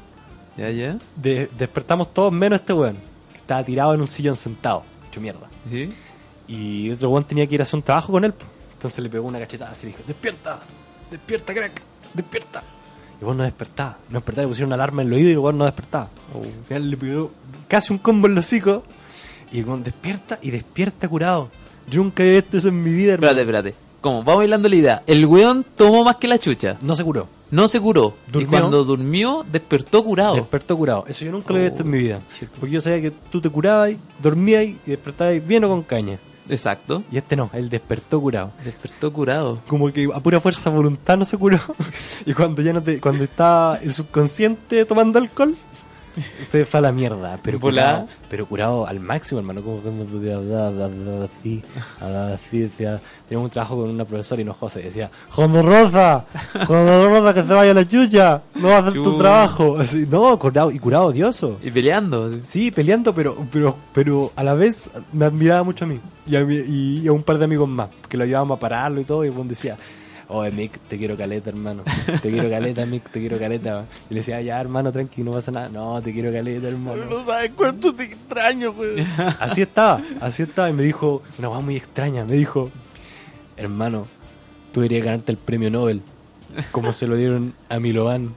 Speaker 2: Ya, ya.
Speaker 1: de- despertamos todos menos este weón. Que estaba tirado en un sillón sentado. Hecho mierda.
Speaker 2: Sí.
Speaker 1: Y otro weón tenía que ir a hacer un trabajo con él. po. Entonces le pegó una cachetada así y le dijo, despierta, despierta, crack, despierta. Y el weón no despertaba, no despertaba, le pusieron una alarma en el oído y el weón no despertaba. Al final le pegó casi un combo en los hocico. Y el weón despierta y despierta curado. Yo nunca había visto eso en mi vida, hermano.
Speaker 2: Espérate, espérate. ¿Cómo? Vamos bailando la idea. El weón tomó más que la chucha.
Speaker 1: No se curó.
Speaker 2: No se curó. Y
Speaker 1: Durmió.
Speaker 2: cuando durmió, despertó curado.
Speaker 1: Despertó curado. Eso yo nunca lo había visto en mi vida.
Speaker 2: Chico.
Speaker 1: Porque yo sabía que tú te curabas, dormías y despertabas bien o con caña.
Speaker 2: Exacto.
Speaker 1: Y este no, él despertó curado.
Speaker 2: Despertó curado.
Speaker 1: como que a pura fuerza de voluntad no se curó. Y cuando ya no te, cuando está el subconsciente tomando alcohol, se fue a la mierda. Pero
Speaker 2: Volá.
Speaker 1: curado, pero curado al máximo, hermano. Como que me- hablaba así, hablaba así, decía, teníamos un trabajo con una profesora y nos José decía, Jondo Rosa, Jondo Rosa, que se vaya la chucha, no va a hacer tu
Speaker 2: Chu.
Speaker 1: trabajo. Así, no, curado, y curado odioso.
Speaker 2: Y peleando. así.
Speaker 1: Sí, peleando, pero, pero, pero a la vez me admiraba mucho a mí y a, mi- y a un par de amigos más, que lo llevábamos a pararlo y todo, y el buen decía, oye Mick, te quiero caleta, hermano, te quiero caleta, Mick, te quiero caleta. Y le decía, ya hermano, tranqui, no pasa nada, no, te quiero caleta, hermano.
Speaker 3: sabes cuánto te extraño, güey.
Speaker 1: Así estaba, así estaba, y me dijo, una cosa muy extraña, me dijo, hermano, tú deberías ganarte el premio Nobel, como se lo dieron a Milovan,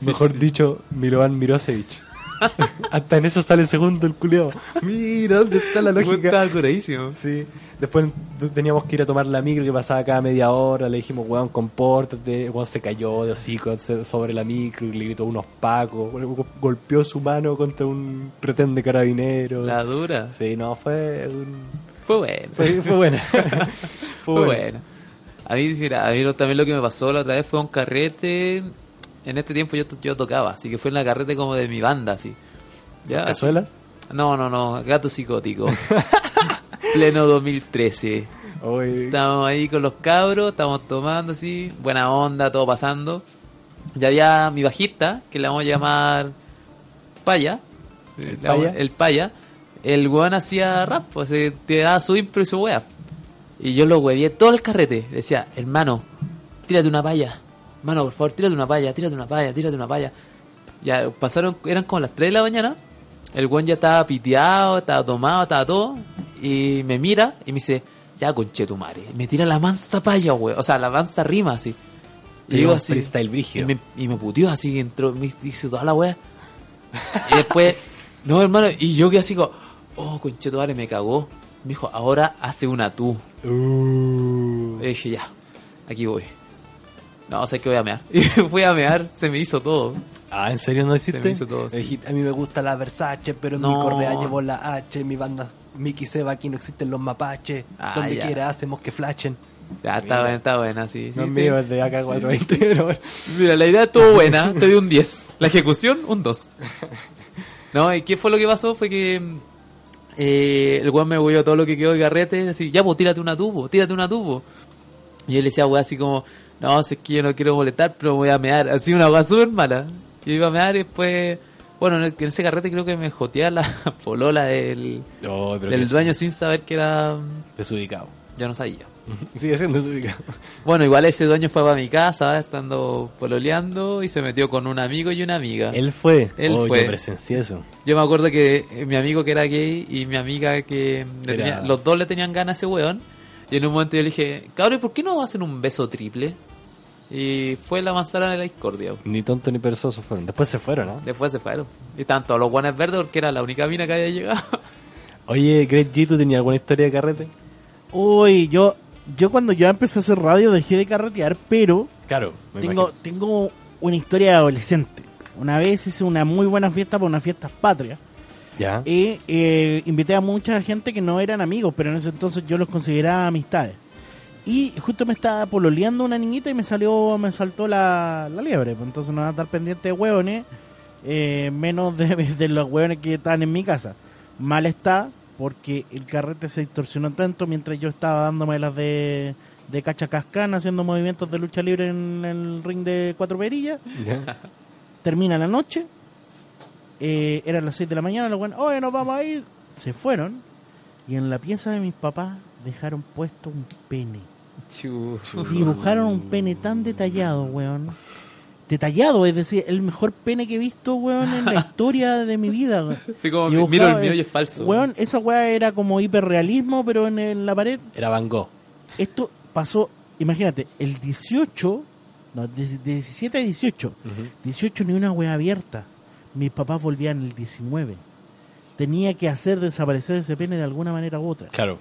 Speaker 1: mejor dicho, Milovan Mirosevic. Hasta en eso sale segundo el Pues culeado. Mira, ¿dónde está la
Speaker 2: El weón
Speaker 1: lógica?
Speaker 2: estaba curadísimo.
Speaker 1: Sí. Después teníamos que ir a tomar la micro que pasaba cada media hora. Le dijimos, weón, compórtate. El weón se cayó de hocico se- sobre la micro y le gritó unos pacos. Go- Golpeó su mano contra un retén de carabinero.
Speaker 2: La dura.
Speaker 1: Sí, no, fue, un-
Speaker 2: Fue bueno.
Speaker 1: fue, fue buena. fue
Speaker 2: Fue
Speaker 1: buena.
Speaker 2: bueno. A mí, mira, a mí lo- también lo que me pasó la otra vez fue un carrete. En este tiempo yo, to- yo tocaba, así que fue en la carrete como de mi banda, así. ¿Ya?
Speaker 1: ¿Cazuelas?
Speaker 2: No, no, no, gato psicótico. Pleno 2013.
Speaker 1: Oye,
Speaker 2: Estábamos ahí con los cabros, estábamos tomando así, buena onda, todo pasando. Ya había mi bajista, que le vamos a llamar Paya. ¿El
Speaker 1: Paya?
Speaker 2: El Paya. El weón hacía rap, pues eh, te daba su impro y su wea. Y yo lo huevié todo el carrete. Le decía, hermano, tírate una paya. Hermano, por favor, tírate una paya, tírate una paya, tírate una paya. Ya pasaron, eran como las 3 de la mañana. El weón ya estaba piteado, estaba tomado, estaba todo. Y me mira y me dice, ya conche tu madre. Me tira la mansa paya, weón. O sea, la mansa rima así.
Speaker 1: Pero un freestyle brígido.
Speaker 2: Y me, y me puteó así, entró, me hizo toda la wea. Y después, no, hermano, y yo que así como, oh, concheto, vale, me cagó. Me dijo, ahora hace una tú.
Speaker 1: Uh.
Speaker 2: Y dije, ya, aquí voy. No, sé que voy a mear. Y fui a mear, se me hizo todo.
Speaker 1: Ah, ¿en serio no hiciste?
Speaker 2: Se me hizo todo, sí.
Speaker 1: Dijiste, a mí me gusta la Versace, pero en mi
Speaker 2: No.
Speaker 1: correa llevó la H, mi banda Mickey Seba, aquí no existen los mapaches.
Speaker 2: Ah,
Speaker 1: Donde
Speaker 2: ya.
Speaker 1: quiera hacemos que flashen.
Speaker 2: Ya, está buena, está buena, sí. sí,
Speaker 1: no es
Speaker 2: te-
Speaker 1: mío, es de AK420, pero bueno.
Speaker 2: Mira, la idea estuvo buena, te di un 10. La ejecución, un 2. No, ¿y qué fue lo que pasó? Fue que mm, eh, el weón me huyó todo lo que quedó de carrete, así, ya, pues tírate una tubo, tírate una tubo. Y él decía, weón, así como, no, si es que yo no quiero molestar, pero voy a mear. Así una weá súper mala. Yo iba a mear y después, bueno, en el- en ese carrete creo que me jotea la polola del,
Speaker 1: No,
Speaker 2: del dueño sin saber que era...
Speaker 1: Desubicado.
Speaker 2: Yo no sabía.
Speaker 1: Sigue siendo desubicado.
Speaker 2: Bueno, igual ese dueño fue para mi casa, estando pololeando y se metió con un amigo y una amiga.
Speaker 1: Él fue.
Speaker 2: Él
Speaker 1: Oh,
Speaker 2: fue.
Speaker 1: Yo presencié eso.
Speaker 2: Yo me acuerdo que eh, mi amigo que era gay y mi amiga que mm, le
Speaker 1: Era-
Speaker 2: tenía- los dos le tenían ganas a ese weón. Y en un momento yo le dije, cabrón, ¿por qué no hacen un beso triple? Y fue la manzana de la discordia.
Speaker 1: Ni tonto ni perezoso fueron. Después se fueron, ¿no?
Speaker 2: Después se fueron. Y tanto los guanes verdes porque era la única mina que había llegado.
Speaker 1: Oye, Great G, ¿tú tenías alguna historia de carrete?
Speaker 3: Uy, yo, yo cuando yo empecé a hacer radio dejé de carretear, pero
Speaker 1: Claro, me
Speaker 3: tengo,
Speaker 1: imagino.
Speaker 3: tengo una historia de adolescente. Una vez hice una muy buena fiesta para unas fiestas patrias.
Speaker 1: Ya.
Speaker 3: Y eh, invité a mucha gente que no eran amigos, pero en ese entonces yo los consideraba amistades. Y justo me estaba pololeando una niñita y me salió, me saltó la, la liebre. pues, Entonces no va a estar pendiente de hueones, eh, menos de, de los hueones que estaban en mi casa. Mal está, porque el carrete se distorsionó tanto mientras yo estaba dándome las de, de cachacascán, haciendo movimientos de lucha libre en el ring de cuatro perillas
Speaker 1: Ya.
Speaker 3: termina la noche, eh, eran las 6 de la mañana, los buenos, oye, nos vamos a ir. Se fueron y en la pieza de mis papás dejaron puesto un pene. Dibujaron un pene tan detallado, weón. Detallado, es decir, el mejor pene que he visto, weón, en la historia de mi vida. weón.
Speaker 2: Así como
Speaker 3: Dibujado,
Speaker 2: miro el
Speaker 3: eh,
Speaker 2: mío y es falso.
Speaker 3: Weón, esa weá era como hiperrealismo, pero en, en la pared
Speaker 1: Era Van Gogh.
Speaker 3: esto pasó, imagínate, el 18, no, de- 17 a 18, 18 ni una wea abierta. Mis papás volvían el 19. Tenía que hacer desaparecer ese pene de alguna manera u otra.
Speaker 1: Claro.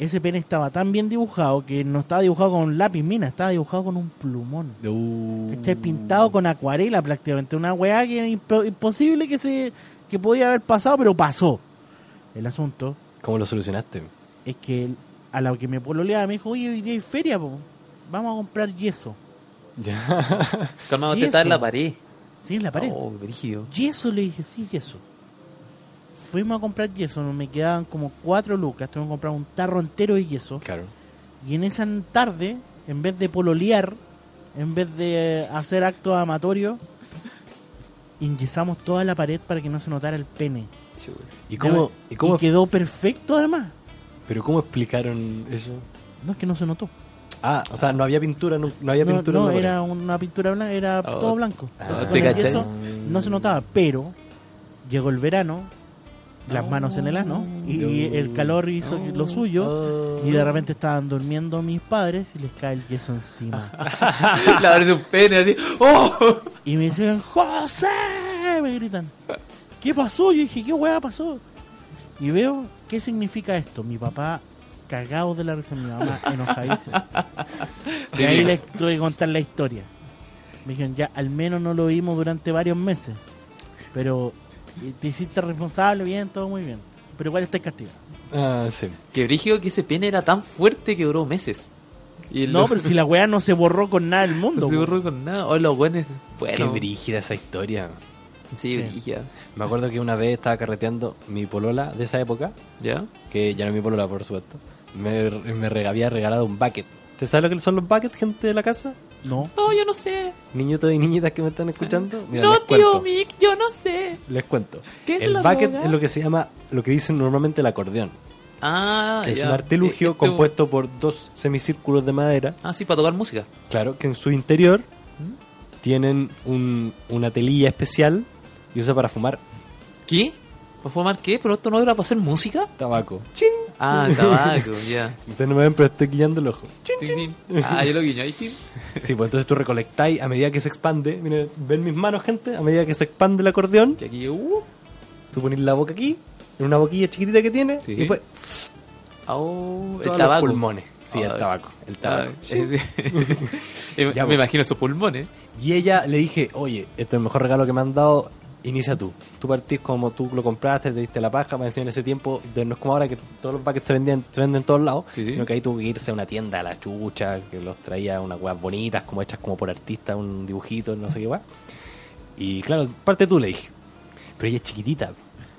Speaker 3: Ese pene estaba tan bien dibujado que no estaba dibujado con lápiz mina, estaba dibujado con un plumón.
Speaker 1: Uh,
Speaker 3: ¿Cachai? Pintado con acuarela prácticamente. Una weá que era impo- imposible que se que podía haber pasado, pero pasó. El asunto
Speaker 1: ¿Cómo lo solucionaste?
Speaker 3: es que el- a la que me pololeaba me dijo, oye, hoy día hay feria, po. vamos a comprar yeso.
Speaker 1: Ya.
Speaker 2: Calmado,
Speaker 3: ¿Y
Speaker 2: te está
Speaker 3: eso?
Speaker 2: en la pared.
Speaker 3: Sí, en la pared.
Speaker 2: Oh, brígido.
Speaker 3: Yeso, le dije, sí, yeso. Fuimos a comprar yeso, me quedaban como cuatro lucas, tengo que comprar un tarro entero de yeso.
Speaker 1: claro.
Speaker 3: Y en esa tarde, en vez de pololear, en vez de hacer actos amatorios, inyesamos toda la pared para que no se notara el pene.
Speaker 1: ¿Y cómo,
Speaker 3: y
Speaker 1: y cómo,
Speaker 3: quedó perfecto además.
Speaker 1: pero cómo explicaron eso?
Speaker 3: No es que no se notó.
Speaker 1: Ah, o sea, no había pintura, no, no había
Speaker 3: no,
Speaker 1: pintura. en
Speaker 3: no,
Speaker 1: la Ah,
Speaker 3: era una pintura blanca, era
Speaker 2: Oh,
Speaker 3: todo blanco. Entonces,
Speaker 2: ¿te
Speaker 3: con el
Speaker 2: cachai?
Speaker 3: yeso
Speaker 1: Mm.
Speaker 3: no se notaba, pero llegó el verano, las manos en el ano, y, y el calor hizo lo suyo,
Speaker 1: pared.
Speaker 3: y de repente estaban durmiendo mis padres y les cae el yeso encima.
Speaker 2: la pared de un pene así. ¡Oh!
Speaker 3: y me dicen, ¡José! Me gritan, ¿qué pasó? Yo dije, ¿qué hueá pasó? Y veo, ¿qué significa esto? Mi papá cagado de la risa, mi mamá enojadísimo. Y ahí les tuve que contar la historia. Me dijeron, ya, al menos no lo vimos durante varios meses. Pero eh, te hiciste responsable, bien, todo muy bien. Pero igual estás castigado.
Speaker 1: Ah, sí.
Speaker 2: Qué brígido que ese pene era tan fuerte que duró meses. Y
Speaker 3: No,
Speaker 2: lo-
Speaker 3: pero si la weá no se borró con nada del
Speaker 2: no
Speaker 3: mundo.
Speaker 2: se
Speaker 3: po.
Speaker 2: borró con nada. Oh, los buenos. Bueno.
Speaker 1: Qué brígida esa historia.
Speaker 2: Sí,
Speaker 3: Sí.
Speaker 2: brígida.
Speaker 1: Me acuerdo que una vez estaba carreteando mi polola de esa época,
Speaker 2: ¿Ya?
Speaker 1: que ya no es mi polola, por supuesto. Me, me re- había regalado un bucket. ¿Te sabes lo que son los buckets, gente de la casa?
Speaker 3: No.
Speaker 2: No, yo no sé.
Speaker 1: Niñitos y niñitas que me están escuchando. Mira,
Speaker 2: Ah. no,
Speaker 1: les
Speaker 2: tío
Speaker 1: cuento.
Speaker 2: Mick, yo no sé.
Speaker 1: Les cuento.
Speaker 2: ¿Qué es
Speaker 1: el
Speaker 2: la
Speaker 1: bucket
Speaker 2: droga?
Speaker 1: es lo que se llama, lo que dicen normalmente el acordeón.
Speaker 2: Ah,
Speaker 1: que es
Speaker 2: ya.
Speaker 1: un artilugio
Speaker 2: Eh, esto-
Speaker 1: compuesto por dos semicírculos de madera,
Speaker 2: Ah, sí, para tocar música.
Speaker 1: claro, que en su interior
Speaker 2: ¿Mm?
Speaker 1: tienen un- una telilla especial y usa para fumar
Speaker 2: ¿Qué? ¿Para fumar qué? ¿Pero esto no era para hacer música?
Speaker 1: tabaco.
Speaker 2: Ah, tabaco, ya.
Speaker 1: Ustedes no me ven, pero estoy guiñando el ojo.
Speaker 2: Chin, chin. Ah, yo lo guiño ahí, chin.
Speaker 1: Sí, pues entonces tú recolectáis a medida que se expande. Miren, ven mis manos, gente. A medida que se expande el acordeón,
Speaker 2: Y aquí yo, uh,
Speaker 1: tú pones la boca aquí, en una boquilla chiquitita que tiene,
Speaker 2: Sí.
Speaker 1: y pues
Speaker 2: au, el
Speaker 1: todos
Speaker 2: tabaco.
Speaker 1: los pulmones. Sí, el
Speaker 2: Ay.
Speaker 1: tabaco. El tabaco.
Speaker 2: Ah, eh, sí. Eh,
Speaker 1: Ya,
Speaker 2: me
Speaker 1: pues.
Speaker 2: imagino esos pulmones.
Speaker 1: Y ella le dije, oye, este es el mejor regalo que me han dado, inicia tú. Tú partís como tú lo compraste, te diste la paja, más encima en ese tiempo, de- no es como ahora que todos los paquetes se vendían, se venden en todos lados,
Speaker 2: Sí, sí.
Speaker 1: sino que ahí tuvo que irse a una tienda a la chucha, que los traía unas weas bonitas, como hechas como por artistas, un dibujito, no sé qué wea. Y claro, parte tú le dije. Pero ella es chiquitita.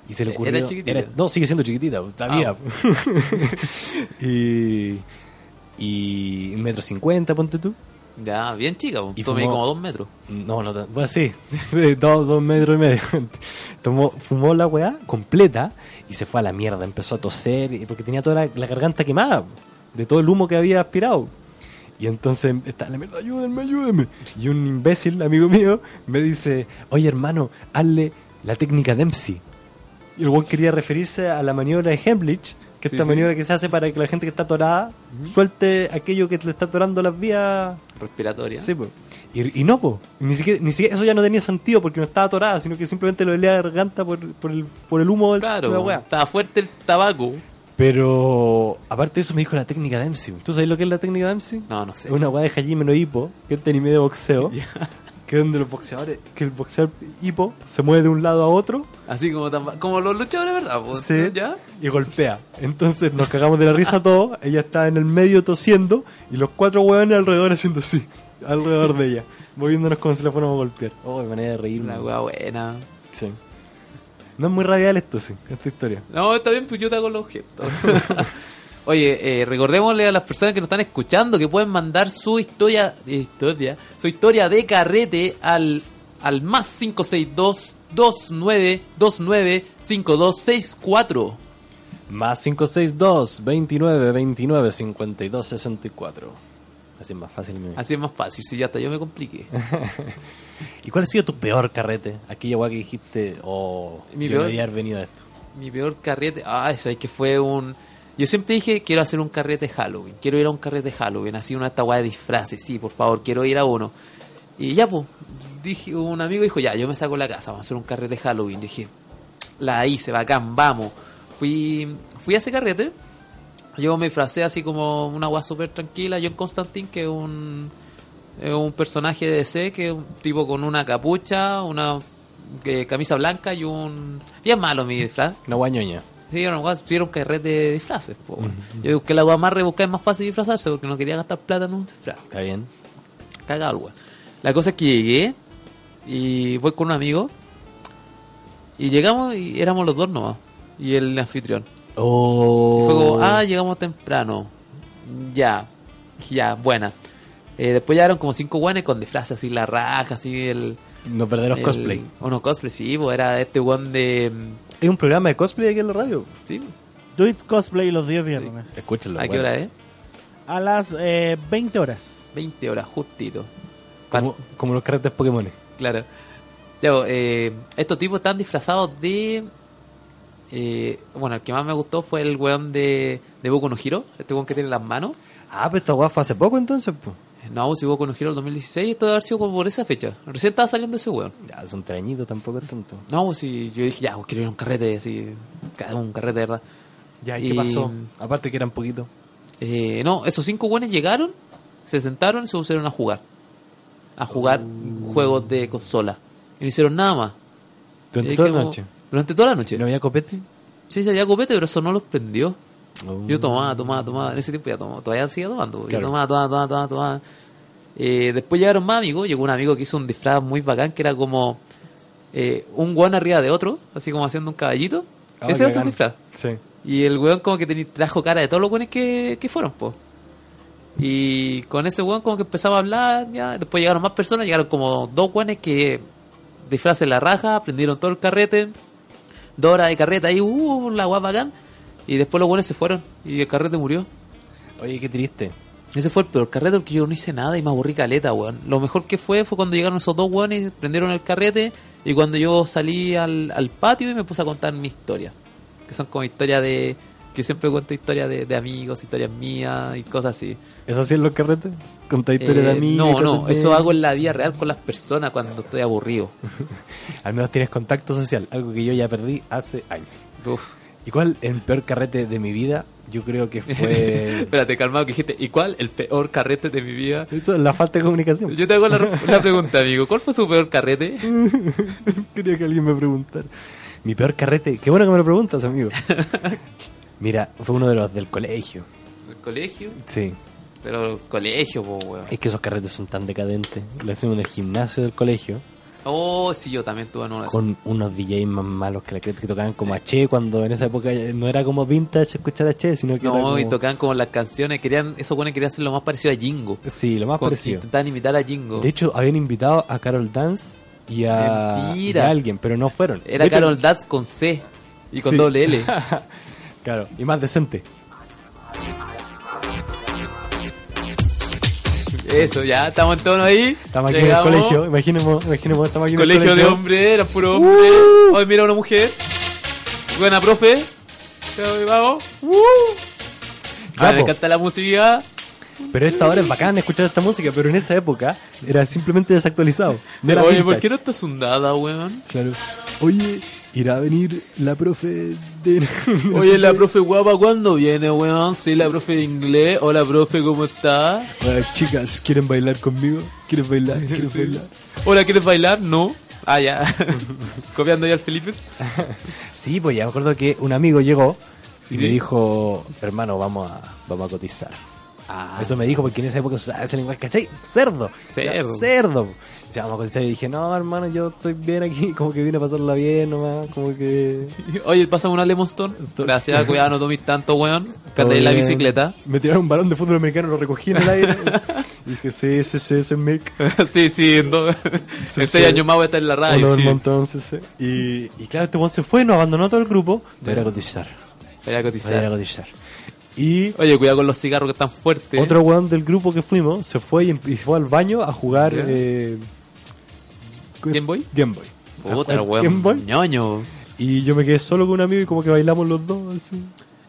Speaker 1: Y se le
Speaker 2: ¿Era
Speaker 1: ocurrió.
Speaker 2: chiquitita?
Speaker 1: no, sigue siendo chiquitita, todavía.
Speaker 2: Ah.
Speaker 1: y. Y. un metro cincuenta, ponte tú.
Speaker 2: Ya, bien chica, po.
Speaker 1: Y
Speaker 2: tomé
Speaker 1: fumó.
Speaker 2: como dos metros.
Speaker 1: No, no, tan- bueno, sí, sí dos, dos metros y medio. Tomó, fumó la weá completa y se fue a la mierda. Empezó a toser y- porque tenía toda la, la garganta quemada de todo el humo que había aspirado. Y entonces está en la mierda, ayúdenme, ayúdenme. Y un imbécil, amigo mío, me dice, oye hermano, hazle la técnica Dempsey. Y el weón quería referirse a la maniobra de Hemlich, que es
Speaker 2: Sí,
Speaker 1: esta
Speaker 2: sí.
Speaker 1: maniobra que se hace para que la gente que está atorada suelte aquello que le está atorando las vías
Speaker 2: Respiratoria.
Speaker 1: Sí, po. Y, y no, po. Ni siquiera, ni siquiera, eso ya no tenía sentido porque no estaba atorada, sino que simplemente lo olía la garganta por, por el, por el humo del- de la
Speaker 2: claro,
Speaker 1: weá.
Speaker 2: estaba fuerte el tabaco.
Speaker 1: Pero aparte de eso me dijo la técnica de MC. ¿Tú sabes lo que es la técnica de MC?
Speaker 2: No, no sé.
Speaker 1: Es una weá de Hajime no Hippo, que es este anime de boxeo. Que es donde los boxeadores, que el boxeador Hippo se mueve de un lado a otro
Speaker 2: Así como, tamba- como los luchadores, ¿verdad? po?
Speaker 1: Sí.
Speaker 2: ¿Ya?
Speaker 1: y golpea. Entonces nos cagamos de la risa todos. Ella está en el medio tosiendo y los cuatro hueones alrededor haciendo así, alrededor de ella, moviéndonos como si la fuéramos a golpear. Oh, qué manera de reírme.
Speaker 2: Una weá buena.
Speaker 1: Sí. No es muy radial esto, sí, esta historia.
Speaker 2: No, está bien, pues yo te hago los gestos. Oye, eh, recordémosle a las personas que nos están escuchando que pueden mandar su historia, historia su historia de carrete al, al más 562 2929 5264.
Speaker 1: Más 562 29 29 52 64. Así es más fácil. mi-
Speaker 2: Así es más fácil, si ya hasta yo me compliqué.
Speaker 1: ¿Y cuál ha sido tu peor carrete? Aquella weá que dijiste, oh,
Speaker 2: Mi
Speaker 1: yo no
Speaker 2: peor-
Speaker 1: debía haber venido a esto.
Speaker 2: Mi peor carrete, ah, esa es que fue un... Yo siempre dije, quiero hacer un carrete Halloween, quiero ir a un carrete Halloween, así una esta weá de disfraces, sí, por favor, quiero ir a uno. Y ya, pues, dije, un amigo dijo, ya, yo me saco la casa, vamos a hacer un carrete Halloween. Yo dije, la hice, bacán, vamos. Fui, fui a ese carrete, yo me disfracé así como una weá súper tranquila, yo en Constantine, que es un, es un personaje de DC, que es un tipo con una capucha, una eh, camisa blanca y un... Bien malo mi disfraz.
Speaker 1: Una guañoña.
Speaker 2: Sí, era una weá, sí, era un carrete de disfraces. po, weón. Yo busqué la weá más rebuscada, es más fácil disfrazarse porque no quería gastar plata en un disfraz.
Speaker 1: Está bien.
Speaker 2: Cagado, weón. La cosa es que llegué y voy con un amigo y llegamos y éramos los dos nomás y el anfitrión.
Speaker 1: Oh.
Speaker 2: Y fue como, ah, llegamos temprano. Ya, ya, buena. Eh, después llegaron como cinco guanes con disfraces así, la raja, así el.
Speaker 1: No perderos
Speaker 2: el-
Speaker 1: cosplay.
Speaker 2: Unos cosplay, sí, po, era este guan de. mm,
Speaker 1: Es un programa de cosplay aquí en la radio.
Speaker 2: Sí,
Speaker 3: Do it cosplay los días viernes.
Speaker 1: Escúchalo.
Speaker 2: ¿a qué hora es?
Speaker 3: A las eh, 20 horas.
Speaker 2: 20 horas, justito.
Speaker 1: Como, como los carretes Pokémon.
Speaker 2: Claro. Ya, bo, eh, estos tipos están disfrazados de. eh, bueno, el que más me gustó fue el weón de, de Boku no Hero, este weón que tiene las manos.
Speaker 1: Ah, pero esta weá fue hace poco entonces, pues.
Speaker 2: No, si Boku no Hero el 2016, esto debe haber sido como por esa fecha. Recién estaba saliendo ese weón.
Speaker 1: Ya, son treñitos, tampoco es tanto.
Speaker 2: No, si yo dije, ya, bo, quiero ir a un carrete, así, ca- un carrete, de ¿verdad?
Speaker 1: Ya,
Speaker 2: ¿y qué pasó?
Speaker 1: Aparte que eran poquitos.
Speaker 2: Eh, no, esos cinco weones llegaron, se sentaron y se pusieron a jugar. A jugar
Speaker 1: Oh.
Speaker 2: juegos de consola. Y no hicieron nada más.
Speaker 1: Durante
Speaker 2: Eh,
Speaker 1: toda la
Speaker 2: como-
Speaker 1: noche.
Speaker 2: Durante toda la noche.
Speaker 1: ¿No había copete?
Speaker 2: Sí, se había copete, pero eso no los prendió.
Speaker 1: Oh.
Speaker 2: Yo tomaba, tomaba, tomaba. En ese tiempo ya tomaba, todavía seguía tomando.
Speaker 1: Claro.
Speaker 2: Yo tomaba, tomaba, tomaba, tomaba, tomaba. Eh, después llegaron más amigos. Llegó un amigo que hizo un disfraz muy bacán que era como eh, un guan arriba de otro, así como haciendo un caballito.
Speaker 1: Ah,
Speaker 2: Ese era
Speaker 1: qué
Speaker 2: su
Speaker 1: bacán.
Speaker 2: disfraz.
Speaker 1: Sí.
Speaker 2: Y el weón como que teni- trajo cara de todos los weones que, que fueron, po. Y con ese weón como que empezaba a hablar, ya. Después llegaron más personas, llegaron como dos weones que disfracen la raja, prendieron todo el carrete. Dos horas de carrete ahí, uh, la guapa bacán. Y después los weones se fueron y el carrete murió.
Speaker 1: Oye, qué triste.
Speaker 2: Ese fue el peor carrete porque yo no hice nada y me aburrí caleta, weón. Lo mejor que fue fue cuando llegaron esos dos weones, prendieron el carrete y cuando yo salí al, al patio y me puse a contar mi historia. Que son como historias de, que siempre cuenta historias de, de amigos, historias mías y cosas así.
Speaker 1: ¿Eso sí es los carretes? ¿Contar historias de
Speaker 2: Eh,
Speaker 1: amigos?
Speaker 2: no, no,
Speaker 1: carretes?
Speaker 2: eso hago en la vida real con las personas cuando estoy aburrido.
Speaker 1: Al menos tienes contacto social, algo que yo ya perdí hace años.
Speaker 2: Uf.
Speaker 1: ¿Y cuál el peor carrete de mi vida? Yo creo que fue...
Speaker 2: Espérate, calmado, que dijiste, ¿y cuál? El peor carrete de mi vida.
Speaker 1: Eso, la falta de comunicación.
Speaker 2: Yo te hago la, la pregunta, amigo, ¿cuál fue su peor carrete?
Speaker 1: Mm. Quería que alguien me preguntara. Mi peor carrete. Qué bueno que me lo preguntas, amigo. Mira, fue uno de los del colegio.
Speaker 2: ¿El colegio?
Speaker 1: Sí.
Speaker 2: Pero colegio, po, weón.
Speaker 1: Es que esos carretes son tan decadentes. Lo hacemos en el gimnasio del colegio.
Speaker 2: Oh, sí, yo también tuve uno de esos.
Speaker 1: Con unos DJs más malos que la que que tocaban como a Che, cuando en esa época no era como vintage escuchar a Che, sino que era
Speaker 2: No,
Speaker 1: como-
Speaker 2: y tocaban como las canciones, querían, esos buenos querían hacer lo más parecido a Jingo.
Speaker 1: Sí, lo más
Speaker 2: Con-
Speaker 1: parecido.
Speaker 2: Intentaban imitar a Jingo.
Speaker 1: De hecho, habían invitado a Carol Dance y a, y
Speaker 2: Mentira.
Speaker 1: a alguien, pero no fueron.
Speaker 2: Era
Speaker 1: De hecho-
Speaker 2: Carol Daz con C y con
Speaker 1: Sí.
Speaker 2: doble L.
Speaker 1: Claro, y más decente.
Speaker 2: Eso, ya, estamos en tono ahí.
Speaker 1: Estamos aquí en el colegio, imaginemos, imaginemos, estamos aquí en
Speaker 2: Colegio
Speaker 1: el colegio. Uh.
Speaker 2: de hombre, era puro hombre. Hoy mira una mujer. Buena, profe. Ahí Vamos.
Speaker 1: Uh. Ya,
Speaker 2: Ah, me
Speaker 1: po.
Speaker 2: encanta la música.
Speaker 1: Pero esta hora es bacán escuchar esta música, pero en esa época era simplemente desactualizado. No era
Speaker 2: Oye,
Speaker 1: vintage.
Speaker 2: ¿por qué no estás hundada, weón?
Speaker 1: Claro. Oye, irá a venir la profe de...
Speaker 2: Oye, la profe guapa, ¿cuándo viene, weón? Sí, la profe de inglés. Hola, profe, ¿cómo está?
Speaker 1: Oye, chicas, ¿quieren bailar conmigo? ¿Quieren bailar? ¿Quieren bailar?
Speaker 2: Hola, ¿quieres bailar? No. Ah, ya. Copiando ya al Felipe.
Speaker 1: Sí, pues ya me acuerdo que un amigo llegó
Speaker 2: Sí.
Speaker 1: y me dijo, hermano, vamos a, vamos a cotizar.
Speaker 2: Ah,
Speaker 1: Eso me dijo porque en esa época se usaba ese lenguaje, ¿cachai? Cerdo.
Speaker 2: Cerdo.
Speaker 1: Ya, Cerdo. Y ya, vamos a cotizar y dije, no, hermano, yo estoy bien aquí, como que vine a pasarla bien nomás, como que...
Speaker 2: Oye, pásame una Lemon Stone. Gracias, cuidado, no tomes tanto, weón. Cata en la
Speaker 1: Todo bien.
Speaker 2: bicicleta.
Speaker 1: Me tiraron un balón de fútbol americano, lo recogí en el aire. y dije, sí, sí, sí, ese es Mick.
Speaker 2: sí, sí, no. en seis años más voy a estar en la radio.
Speaker 1: Uno del
Speaker 2: sí.
Speaker 1: montón, sí, sí. Y, y claro, este weón se fue, nos abandonó todo el grupo. Voy a ir a cotizar.
Speaker 2: Voy a
Speaker 1: Voy a ir a
Speaker 2: cotizar.
Speaker 1: cotizar. Y
Speaker 2: Oye, cuidado con los cigarros que están fuertes.
Speaker 1: otro weón del grupo que fuimos se fue y, y fue al baño a jugar.
Speaker 2: Ya.
Speaker 1: eh,
Speaker 2: ¿Game Boy?
Speaker 1: Game Boy.
Speaker 2: Puta,
Speaker 1: ¿Al Game
Speaker 2: weón.
Speaker 1: Boy?
Speaker 2: Ñoño.
Speaker 1: Y yo me quedé solo con un amigo y como que bailamos los dos. Así.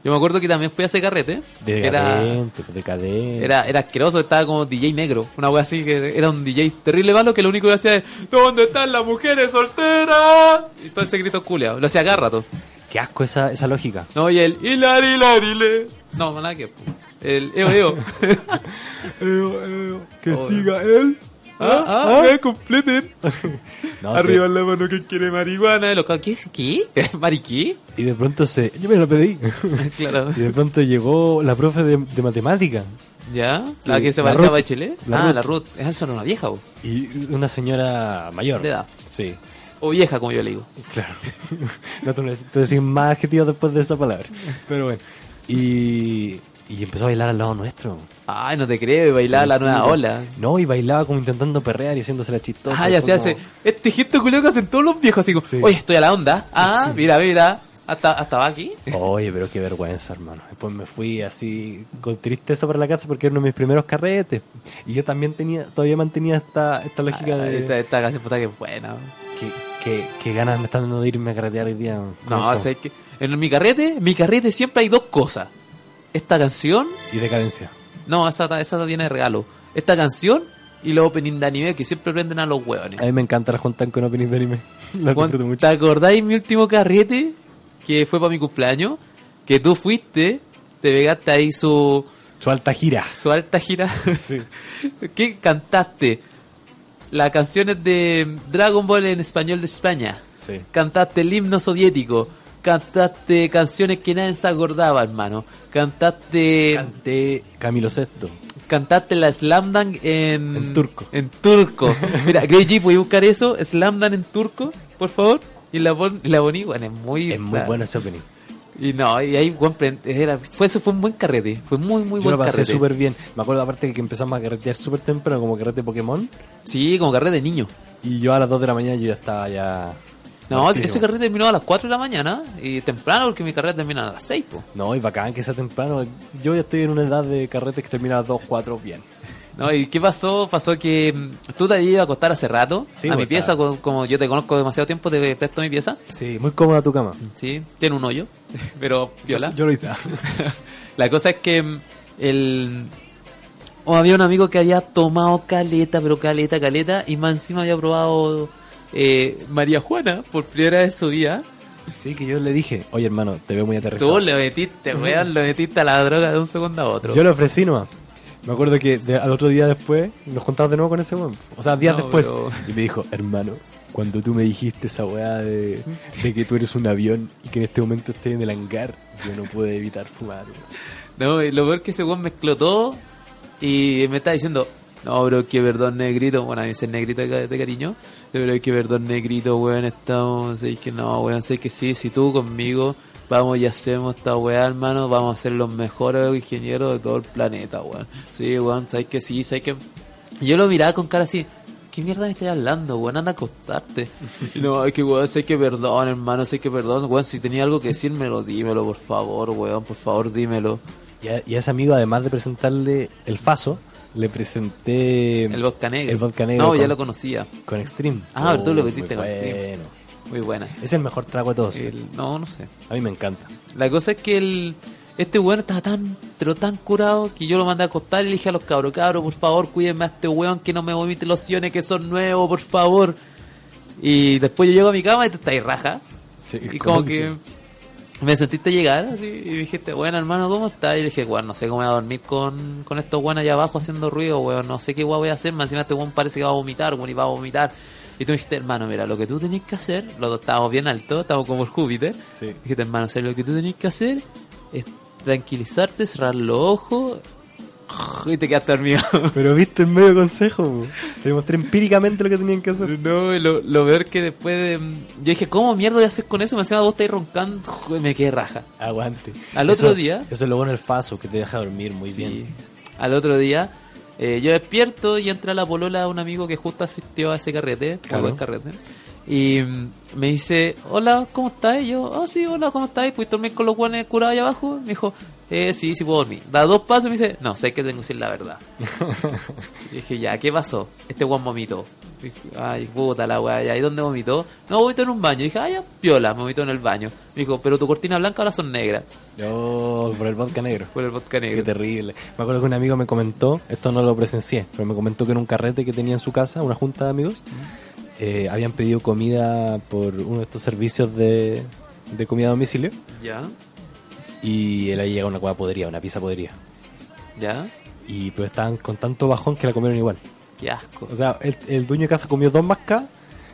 Speaker 2: Yo me acuerdo que también fui a ese carrete. que era,
Speaker 1: Decadente, pues, decadente.
Speaker 2: era, era asqueroso, estaba como DJ negro. Una wea así que era un DJ terrible malo que lo único que hacía es ¿Dónde están las mujeres solteras? Y todo ese grito culiao. Lo hacía cada rato.
Speaker 1: Qué asco esa, esa lógica.
Speaker 2: No, y el hilari, hilari, le. No, nada que. po. El eo, eo.
Speaker 1: que
Speaker 2: Oh.
Speaker 1: siga él.
Speaker 2: ah, ah, eh, completen.
Speaker 1: No,
Speaker 2: Arriba la mano que quiere marihuana. Y Los cabros, ¿Qué es? ¿Qué? ¿Mariquí?
Speaker 1: Y de pronto se. Yo me lo pedí.
Speaker 2: claro.
Speaker 1: y de pronto llegó la profe de, de matemática.
Speaker 2: ¿Ya? ¿La que se
Speaker 1: La
Speaker 2: parecía a
Speaker 1: Ruth.
Speaker 2: Bachelet?
Speaker 1: La
Speaker 2: ah,
Speaker 1: Ruth.
Speaker 2: la Ruth. Esa era una vieja, po.
Speaker 1: Y una señora mayor.
Speaker 2: De edad.
Speaker 1: Sí,
Speaker 2: O vieja, como yo le digo.
Speaker 1: claro. no te necesito decir más adjetivos después de esa palabra. Pero bueno. Y, y empezó a bailar al lado nuestro.
Speaker 2: Ay, Ah, no te creo, y bailaba la nueva ola.
Speaker 1: No, y bailaba como intentando perrear y haciéndose la chistosa.
Speaker 2: Ah, ya
Speaker 1: Fue
Speaker 2: se
Speaker 1: como-
Speaker 2: hace. Este gesto culeo que hacen todos los viejos, así como,
Speaker 1: Sí.
Speaker 2: oye, estoy a la onda. Ah, mira, mira. Hasta, hasta va aquí.
Speaker 1: Oye, pero qué vergüenza, hermano. Después me fui así con tristeza para la casa porque era uno de mis primeros carretes. Y yo también tenía, todavía mantenía esta, esta lógica
Speaker 2: Ah,
Speaker 1: de
Speaker 2: esta, esta canción puta que es buena.
Speaker 1: que, que, que ganas me están dando de irme a carretear hoy día.
Speaker 2: No,
Speaker 1: Como-
Speaker 2: o sea, es que en mi carrete, mi carrete siempre hay dos cosas. Esta canción,
Speaker 1: Y decadencia.
Speaker 2: no, esa, esa viene de regalo. Esta canción y los opening de anime que siempre prenden a los
Speaker 1: A
Speaker 2: hueones.
Speaker 1: mí me encanta las juntas con openings de anime. Las
Speaker 2: Juan,
Speaker 1: disfruto mucho.
Speaker 2: ¿Te acordáis mi último carrete? Que fue para mi cumpleaños. Que tú fuiste, te pegaste ahí su,
Speaker 1: Su alta gira.
Speaker 2: su alta gira. ¿Qué cantaste? Las canciones de Dragon Ball en español de España.
Speaker 1: Sí.
Speaker 2: Cantaste el himno soviético. Cantaste canciones que nadie se acordaba, hermano. Cantaste.
Speaker 1: Canté Camilo Sesto.
Speaker 2: cantaste la Slam Dunk en.
Speaker 1: En turco.
Speaker 2: En turco. Mira, Grey G, ¿puedes buscar eso? Slam Dunk en turco, por favor. Y la, pon- la poní, bueno, es muy.
Speaker 1: Es muy
Speaker 2: claro.
Speaker 1: bueno ese opening.
Speaker 2: Y no, y ahí, buen pre- era, fue, eso fue un buen carrete. Fue muy, muy
Speaker 1: Yo
Speaker 2: buen
Speaker 1: lo pasé
Speaker 2: carrete.
Speaker 1: súper bien. Me acuerdo aparte que empezamos a carretear súper temprano como carrete Pokémon.
Speaker 2: Sí, como carrete de niño.
Speaker 1: Y yo a las 2 de la mañana yo ya estaba ya...
Speaker 2: No,
Speaker 1: Martillo.
Speaker 2: ese carrete terminó a las 4 de la mañana y temprano porque mi carrera termina a las 6, po.
Speaker 1: No, y bacán que sea temprano. Yo ya estoy en una edad de carretes que termina a las 2, 4, bien.
Speaker 2: No, ¿y qué pasó? Pasó que mm, tú te habías ido a acostar hace rato
Speaker 1: Sí,
Speaker 2: a mi
Speaker 1: pues,
Speaker 2: pieza,
Speaker 1: claro.
Speaker 2: co- como yo te conozco demasiado tiempo, te presto mi pieza.
Speaker 1: Sí, muy cómoda tu cama.
Speaker 2: Sí, tiene un hoyo, pero viola.
Speaker 1: Yo lo hice.
Speaker 2: La cosa es que mm, el... o había un amigo que había tomado caleta, pero caleta, caleta, y más encima había probado eh, María Juana por primera vez en su día.
Speaker 1: Sí, que yo le dije, oye hermano, te veo muy aterrizado.
Speaker 2: Tú le metiste, weón, le metiste a la droga de un segundo a otro.
Speaker 1: Yo le ofrecí nomás. Me acuerdo que de- al otro día después nos juntamos de nuevo con ese weón. O sea, días
Speaker 2: No,
Speaker 1: después.
Speaker 2: pero-
Speaker 1: Y me dijo, hermano, cuando tú me dijiste esa weá de, de que tú eres un avión y que en este momento estés en el hangar, yo no pude evitar fumar. weón".
Speaker 2: No, y lo peor que ese weón mezcló todo y me está diciendo, no, pero que perdón, negrito. Bueno, a mí es el negrito de, ca- de cariño. Pero que perdón, negrito, weón, estamos. Sé que no, weón, sé que sí, si tú conmigo vamos y hacemos esta weá, hermano, vamos a ser los mejores ingenieros de todo el planeta, weón. Sí, weón, sabes que sí, sabes que. Y Yo lo miraba con cara así. ¿Qué mierda me estás hablando, weón? Anda a acostarte. Y No, es que, weón, sé que perdón, hermano, sé que perdón. Weón, si tenía algo que decírmelo, dímelo, por favor, weón, por favor, dímelo.
Speaker 1: Y a, y a ese amigo, además de presentarle el faso, le presenté
Speaker 2: El vodka negro.
Speaker 1: el vodka negro
Speaker 2: No, ya
Speaker 1: con-
Speaker 2: lo conocía.
Speaker 1: con Extreme.
Speaker 2: Ah, pero tú lo
Speaker 1: Oh,
Speaker 2: metiste
Speaker 1: muy
Speaker 2: con Extreme.
Speaker 1: bueno.
Speaker 2: Muy buena.
Speaker 1: Es el mejor trago de todos.
Speaker 2: El- no, no sé.
Speaker 1: A mí me encanta.
Speaker 2: La cosa es que el, este weón estaba tan, pero tan curado que yo lo mandé a acostar y le dije a los cabros, cabros, por favor, cuídenme a este weón que no me vomite los iones que son nuevos, por favor. Y después yo llego a mi cama y te estáis raja.
Speaker 1: Sí,
Speaker 2: Y
Speaker 1: ¿cómo
Speaker 2: como que
Speaker 1: dices?
Speaker 2: me sentiste llegar así y dijiste, bueno hermano, ¿cómo estás? Y yo dije, weón, no sé cómo voy a dormir con, con estos weones allá abajo haciendo ruido, weón, no sé qué weón voy a hacer, más encima este weón parece que va a vomitar, weón, y va a vomitar. Y tú me dijiste, hermano, mira, lo que tú tenés que hacer, los dos estábamos bien altos, estábamos como el Júpiter.
Speaker 1: Sí.
Speaker 2: Dijiste, hermano, o sea, lo que tú tenés que hacer es tranquilizarte, cerrar los ojos y te quedaste dormido.
Speaker 1: Pero viste el medio consejo, po. te demostré empíricamente lo que tenían que hacer.
Speaker 2: No, y lo, lo peor que después de... Yo dije, ¿cómo mierda voy a hacer con eso? Me encima vos estáis roncando, y me quedé raja.
Speaker 1: Aguante.
Speaker 2: Al
Speaker 1: Eso-
Speaker 2: otro día-
Speaker 1: Eso es lo bueno del paso, que te deja dormir muy
Speaker 2: Sí.
Speaker 1: bien.
Speaker 2: Al otro día, eh, yo despierto y entra la polola de un amigo que justo asistió a ese carrete,
Speaker 1: Claro.
Speaker 2: muy buen carrete. Y mm, me dice, hola, ¿cómo estás? Y yo, ah, sí, hola, ¿cómo estás? ¿Pudiste dormir con los guanes curados allá abajo? Me dijo, eh, sí, sí puedo dormir. Da dos pasos y me dice, no, sé que tengo que decir la verdad. Y dije, ya, ¿qué pasó? Este guan vomitó. Y dije, Ay, puta la weá, ya. ¿Y dónde vomitó? No, vomitó en un baño. Y dije, ay, ya, piola, me vomitó en el baño. Me dijo, pero tu cortina blanca ahora son negras.
Speaker 1: Oh, por el vodka negro.
Speaker 2: Por el vodka
Speaker 1: Qué
Speaker 2: negro.
Speaker 1: terrible. Me acuerdo que un amigo me comentó, esto no lo presencié, pero me comentó que en un carrete que tenía en su casa, una junta de amigos, eh, habían pedido comida por uno de estos servicios de, de comida a domicilio
Speaker 2: Ya,
Speaker 1: y él había llegado una cueva podrida, una pizza podrida.
Speaker 2: ya.
Speaker 1: Y pero estaban con tanto bajón que la comieron igual.
Speaker 2: Qué asco.
Speaker 1: O sea, el, el dueño de casa comió dos mascas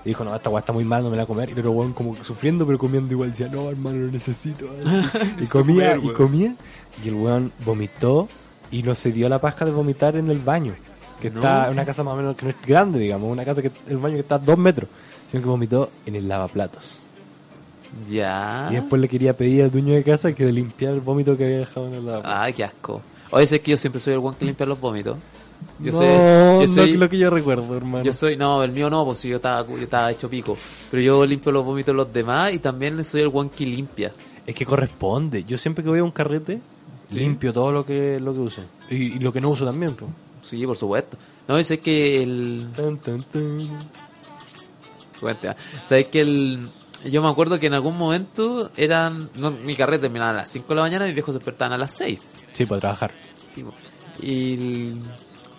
Speaker 1: y dijo, no, esta weá está muy mal, no me la voy a comer. Y el otro weón como que sufriendo, pero comiendo igual. Decía, no, hermano, lo necesito. y comía, y comía. Y el weón vomitó y no se dio la paja de vomitar en el baño. Que está en una casa más o menos que no es grande, digamos. Una casa que el baño que está a dos metros. Sino que vomitó en el lavaplatos.
Speaker 2: Ya.
Speaker 1: Y después le quería pedir al dueño de casa que le limpiara el vómito que había dejado en el lavaplatos.
Speaker 2: Ay, qué asco. Oye, sé que yo siempre soy el one que limpia los vómitos. Yo
Speaker 1: no,
Speaker 2: sé.
Speaker 1: no
Speaker 2: Yo
Speaker 1: es
Speaker 2: soy,
Speaker 1: lo que yo recuerdo, hermano.
Speaker 2: yo soy. No, el mío no, pues si yo estaba, yo estaba hecho pico. Pero yo limpio los vómitos de los demás y también soy el one que limpia.
Speaker 1: Es que corresponde. Yo siempre que voy a un carrete,
Speaker 2: Sí.
Speaker 1: limpio todo lo que, lo que uso. Y, y lo que no uso también, po.
Speaker 2: Sí, por supuesto. No, y sé que el.
Speaker 1: Tan, tan, tan.
Speaker 2: Cuenta. Sabes que el. Yo me acuerdo que en algún momento eran. No, mi carrera terminaba a las 5 de la mañana y mis viejos se despertaban a las 6.
Speaker 1: Sí, para trabajar.
Speaker 2: Sí, po. Y el-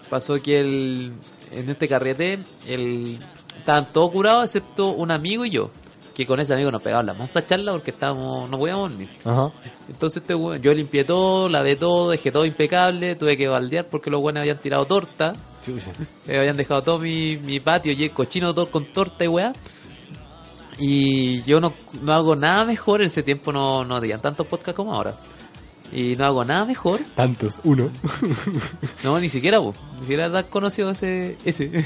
Speaker 2: pasó que el, en este carrete el, estaban todos curados excepto un amigo y yo. Que con ese amigo nos pegamos la masa charla porque estábamos, no podíamos dormir.
Speaker 1: Ajá.
Speaker 2: Entonces este weón- yo limpié todo, lavé todo, dejé todo impecable, tuve que baldear porque los buenos habían tirado torta.
Speaker 1: Chucha.
Speaker 2: Eh, habían dejado todo mi, mi patio y el cochino todo con torta y weá. Y yo no, no hago nada mejor. En ese tiempo no, no habían tantos podcasts como ahora. Y no hago nada mejor.
Speaker 1: Tantos, uno.
Speaker 2: No, ni siquiera vos. Ni siquiera tan conocido ese. ese.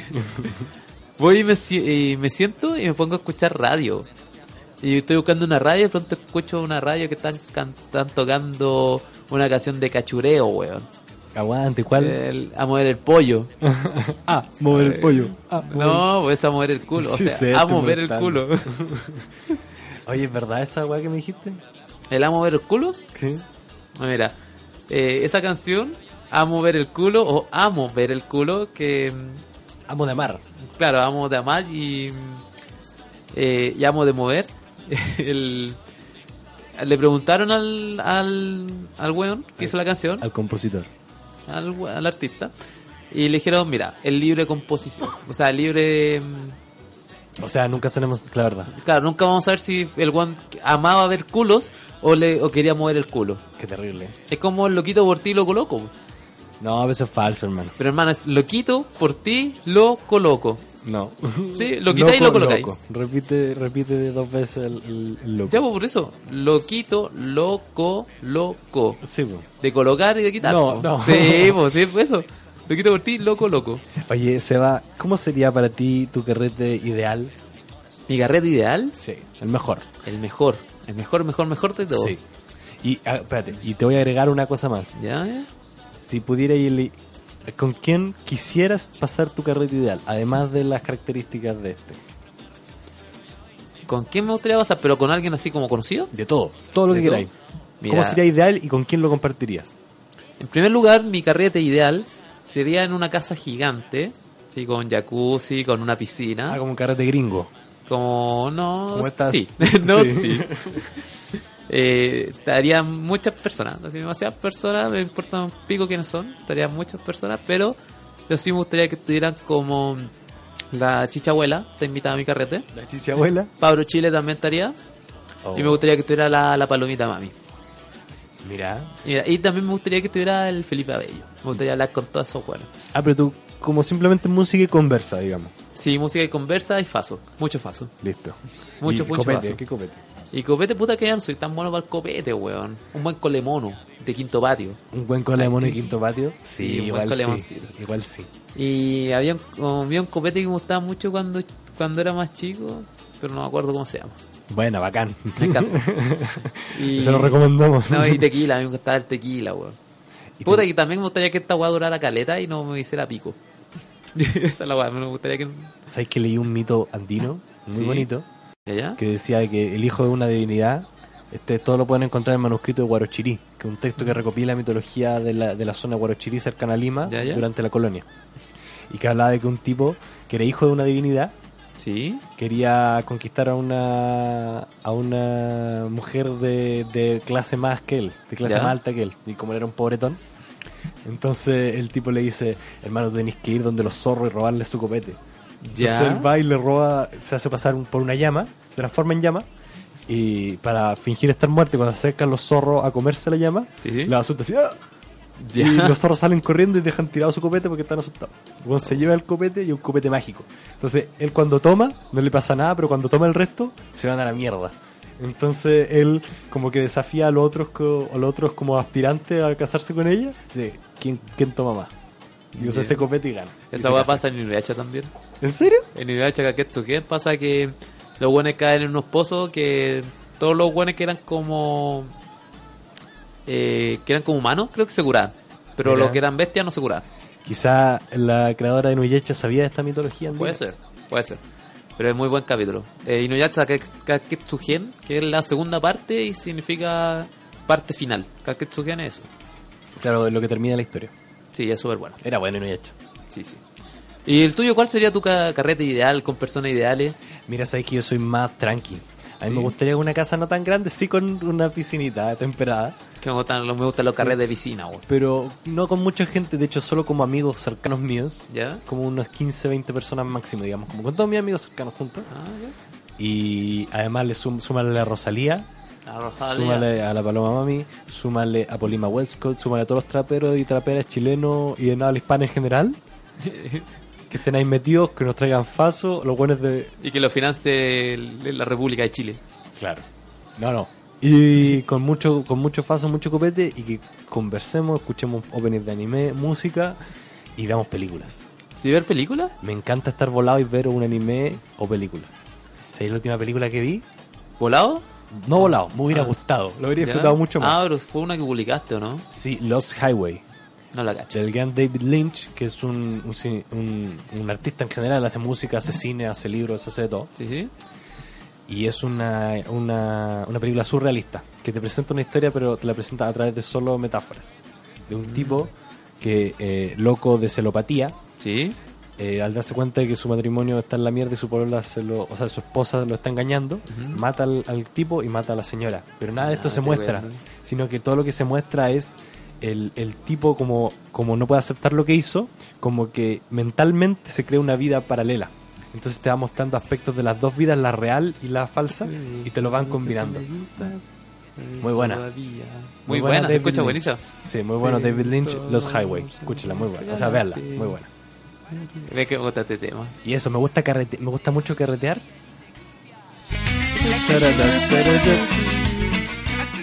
Speaker 2: Voy y me, si- y me siento y me pongo a escuchar radio. Y estoy buscando una radio y de pronto escucho una radio que están, can- están tocando una canción de cachureo, weón.
Speaker 1: Aguante, ¿cuál?
Speaker 2: El- a mover el pollo.
Speaker 1: ah, mover el pollo. Ah, mover el-
Speaker 2: No, pues a mover el culo. O
Speaker 1: Sí,
Speaker 2: sea,
Speaker 1: sé,
Speaker 2: a
Speaker 1: estoy
Speaker 2: mover el
Speaker 1: molestando.
Speaker 2: culo.
Speaker 1: Oye, ¿es verdad esa weá que me dijiste?
Speaker 2: ¿El a mover el culo?
Speaker 1: ¿Qué?
Speaker 2: Mira, eh, esa canción Amo ver el culo o amo ver el culo, que mm,
Speaker 1: Amo de mar.
Speaker 2: claro, amo de amar y, mm, eh, y amo de mover. El- le preguntaron al, al, al weón que hizo la canción,
Speaker 1: Al compositor.
Speaker 2: al, we- al artista, y le dijeron, mira, el libre composición, o sea, libre... mm,
Speaker 1: O sea, nunca sabemos la verdad.
Speaker 2: Claro, nunca vamos a ver si el weón amaba ver culos o, le, o quería mover el culo.
Speaker 1: Qué terrible.
Speaker 2: Es como el loquito por ti, loco loco.
Speaker 1: No, a veces es falso, hermano.
Speaker 2: Pero hermano, es loquito por ti, loco loco.
Speaker 1: No.
Speaker 2: Sí, lo quitáis y lo colocáis.
Speaker 1: Repite, repite dos veces el, el- el loco.
Speaker 2: Ya, pues, por eso, loquito, loco, loco.
Speaker 1: Sí, pues.
Speaker 2: De colocar y de quitar.
Speaker 1: No,
Speaker 2: po.
Speaker 1: no.
Speaker 2: Sí, pues, sí, pues eso. Loquito por ti, loco loco.
Speaker 1: Oye, Seba, ¿cómo sería para ti tu carrete ideal?
Speaker 2: Mi carrete ideal,
Speaker 1: Sí. El mejor.
Speaker 2: el mejor. El mejor, mejor, mejor de todo.
Speaker 1: Sí. Y, ah, espérate, y te voy a agregar una cosa más.
Speaker 2: ¿Ya? eh?
Speaker 1: Si pudiera ir... ¿Con quién quisieras pasar tu carrete ideal? Además de las características de este.
Speaker 2: ¿Con quién me gustaría pasar? ¿Pero con alguien así como conocido?
Speaker 1: De todo. Todo lo
Speaker 2: De
Speaker 1: que
Speaker 2: todo.
Speaker 1: queráis.
Speaker 2: Mira.
Speaker 1: ¿Cómo sería ideal y con quién lo compartirías?
Speaker 2: En primer lugar, mi carrete ideal sería en una casa gigante, sí, con jacuzzi, con una piscina.
Speaker 1: Ah, como un carrete gringo.
Speaker 2: Como no,
Speaker 1: ¿Cómo estás?
Speaker 2: sí, no, sí.
Speaker 1: Sí.
Speaker 2: Eh, estarían muchas personas, no sé, demasiadas personas, me importa un pico quiénes son, estarían muchas personas, pero yo sí me gustaría que estuvieran como la chichabuela, te invitaba a mi carrete.
Speaker 1: La chicha abuela.
Speaker 2: Pablo Chile también estaría. Y me gustaría que estuviera la, la palomita mami.
Speaker 1: Mira.
Speaker 2: Mira, y también me gustaría que estuviera el Felipe Abello. Me gustaría hablar con todos esos buenos.
Speaker 1: Ah, pero tú, como simplemente música y conversa, digamos.
Speaker 2: Sí, música y conversa y faso. Mucho faso.
Speaker 1: Listo.
Speaker 2: Mucho,
Speaker 1: Y
Speaker 2: mucho
Speaker 1: copete,
Speaker 2: vaso.
Speaker 1: ¿Qué copete?
Speaker 2: Y copete, puta que ya no soy tan bueno para el copete, weón. Un buen colemono de quinto patio.
Speaker 1: ¿Un buen colemón en quinto patio?
Speaker 2: Sí, un buen
Speaker 1: igual sí.
Speaker 2: colemoncito.
Speaker 1: Igual sí.
Speaker 2: Y había un, había un copete que me gustaba mucho cuando, cuando era más chico, pero no me acuerdo cómo se llama.
Speaker 1: Bueno, bacán.
Speaker 2: Me encanta. Y-
Speaker 1: Se lo recomendamos.
Speaker 2: No, y tequila, a mí me gustaba el tequila, weón.
Speaker 1: Y
Speaker 2: Puta,
Speaker 1: te-
Speaker 2: que también me gustaría que esta weá durara caleta y no me hiciera pico. Esa es la weá, me gustaría que.
Speaker 1: ¿Sabes que leí un mito andino? Muy
Speaker 2: Sí.
Speaker 1: bonito.
Speaker 2: ¿Ya, ya?
Speaker 1: Que decía que el hijo de una divinidad. Este, todo lo pueden encontrar en el manuscrito de Guarochirí, que es un texto que recopila mitología de la, de la zona de Guarochirí cercana a Lima
Speaker 2: Ya, ya.
Speaker 1: durante la colonia. Y que hablaba de que un tipo que era hijo de una divinidad
Speaker 2: Sí.
Speaker 1: quería conquistar a una a una mujer de, de clase más que él, de clase
Speaker 2: Ya.
Speaker 1: más alta que él, y como él era un pobretón, entonces el tipo le dice, hermano, tenéis que ir donde los zorros y robarle su copete. Entonces
Speaker 2: Ya.
Speaker 1: él va y le roba, se hace pasar un- por una llama, se transforma en llama, y para fingir estar muerto, y cuando se acercan los zorros a comerse la llama,
Speaker 2: Sí, sí.
Speaker 1: la asusta así, ¡ah!
Speaker 2: Ya.
Speaker 1: Y los zorros salen corriendo y dejan tirado su copete porque están asustados. El weón se lleva el copete y un copete mágico. Entonces, él cuando toma, no le pasa nada, pero cuando toma el resto, se van a la mierda. Entonces, él como que desafía a los otros, co- a los otros como aspirantes a casarse con ella. Dice, ¿quién, quién toma más? Y usa
Speaker 2: Bien.
Speaker 1: ese copete y gana. Y se
Speaker 2: Esa weá
Speaker 1: casa.
Speaker 2: pasa en Inuyacha también.
Speaker 1: ¿En serio?
Speaker 2: En Ibeacha Caqueto, ¿qué pasa? Que los buenos caen en unos pozos que todos los buenos que eran como. eh, que eran como humanos, creo que se curaban. Pero
Speaker 1: Mira.
Speaker 2: los que eran bestias no se curaban.
Speaker 1: Quizá la creadora de Nuyecha sabía de esta mitología. andina.
Speaker 2: Puede ser, puede ser. Pero es muy buen capítulo. Eh, Inuyasha Kaketsugen, que es la segunda parte y significa parte final. Kaketsugen es eso.
Speaker 1: Claro, es lo que termina la historia.
Speaker 2: Sí, es súper bueno.
Speaker 1: Era bueno Nuyecha.
Speaker 2: Sí, sí. ¿Y el tuyo cuál sería tu ca- carrete ideal con personas ideales?
Speaker 1: Mira, sabes que yo soy más tranqui. A mí
Speaker 2: Sí.
Speaker 1: me gustaría una casa no tan grande, sí con una piscinita temperada,
Speaker 2: Que me gustan, me gustan los carretes de piscina, güey.
Speaker 1: pero no con mucha gente, de hecho solo como amigos cercanos míos,
Speaker 2: ¿Ya?
Speaker 1: como unas 15, 20 personas máximo, digamos, como con todos mis amigos cercanos juntos.
Speaker 2: Ah,
Speaker 1: Y además le sum, súmale a la Rosalía,
Speaker 2: ya. La Rosalía.
Speaker 1: súmale a la Paloma Mami, súmale a Polima Westcott, súmale a todos los traperos y traperas chilenos y de nada la hispana en general. que estén ahí metidos, que nos traigan faso, los buenos de,
Speaker 2: Y que lo financie el- la República de Chile.
Speaker 1: Claro. No, no. Y con mucho, con mucho faso, mucho copete, y que conversemos, escuchemos openings de anime, música y veamos películas.
Speaker 2: ¿Si ver películas?
Speaker 1: Me encanta estar volado y ver un anime o película. ¿Sabéis la última película que vi?
Speaker 2: ¿Volado?
Speaker 1: No volado, me hubiera
Speaker 2: Ah.
Speaker 1: gustado, lo
Speaker 2: ¿Ya?
Speaker 1: habría disfrutado mucho más.
Speaker 2: Ah, pero fue una que publicaste, ¿o no?
Speaker 1: Sí, Lost Highway,
Speaker 2: No la cacho.
Speaker 1: del gran David Lynch, que es un, un, cine- un- un artista en general, hace música, hace cine, hace libros, hace de todo.
Speaker 2: Sí, sí.
Speaker 1: Y es una, una, una película surrealista, que te presenta una historia pero te la presenta a través de solo metáforas. De un tipo que eh, loco de celopatía,
Speaker 2: Sí.
Speaker 1: eh, al darse cuenta de que su matrimonio está en la mierda y su polola se lo- o sea, su esposa lo está engañando, mata al, al tipo y mata a la señora. Pero nada de esto
Speaker 2: Ah,
Speaker 1: se
Speaker 2: qué
Speaker 1: muestra,
Speaker 2: bueno.
Speaker 1: sino que todo lo que se muestra es el, el tipo como, como no puede aceptar lo que hizo, como que mentalmente se crea una vida paralela. Entonces te va mostrando aspectos de las dos vidas, la real y la falsa, y te lo van combinando. Muy buena.
Speaker 2: Muy buena, se
Speaker 1: David
Speaker 2: escucha
Speaker 1: Lynch.
Speaker 2: buenísima.
Speaker 1: Sí, muy bueno David Lynch, Los Highway. Escúchala, muy buena. O sea, véanla, muy buena.
Speaker 2: Ve que gusta este tema.
Speaker 1: Y eso, me gusta carrete me gusta mucho carretear.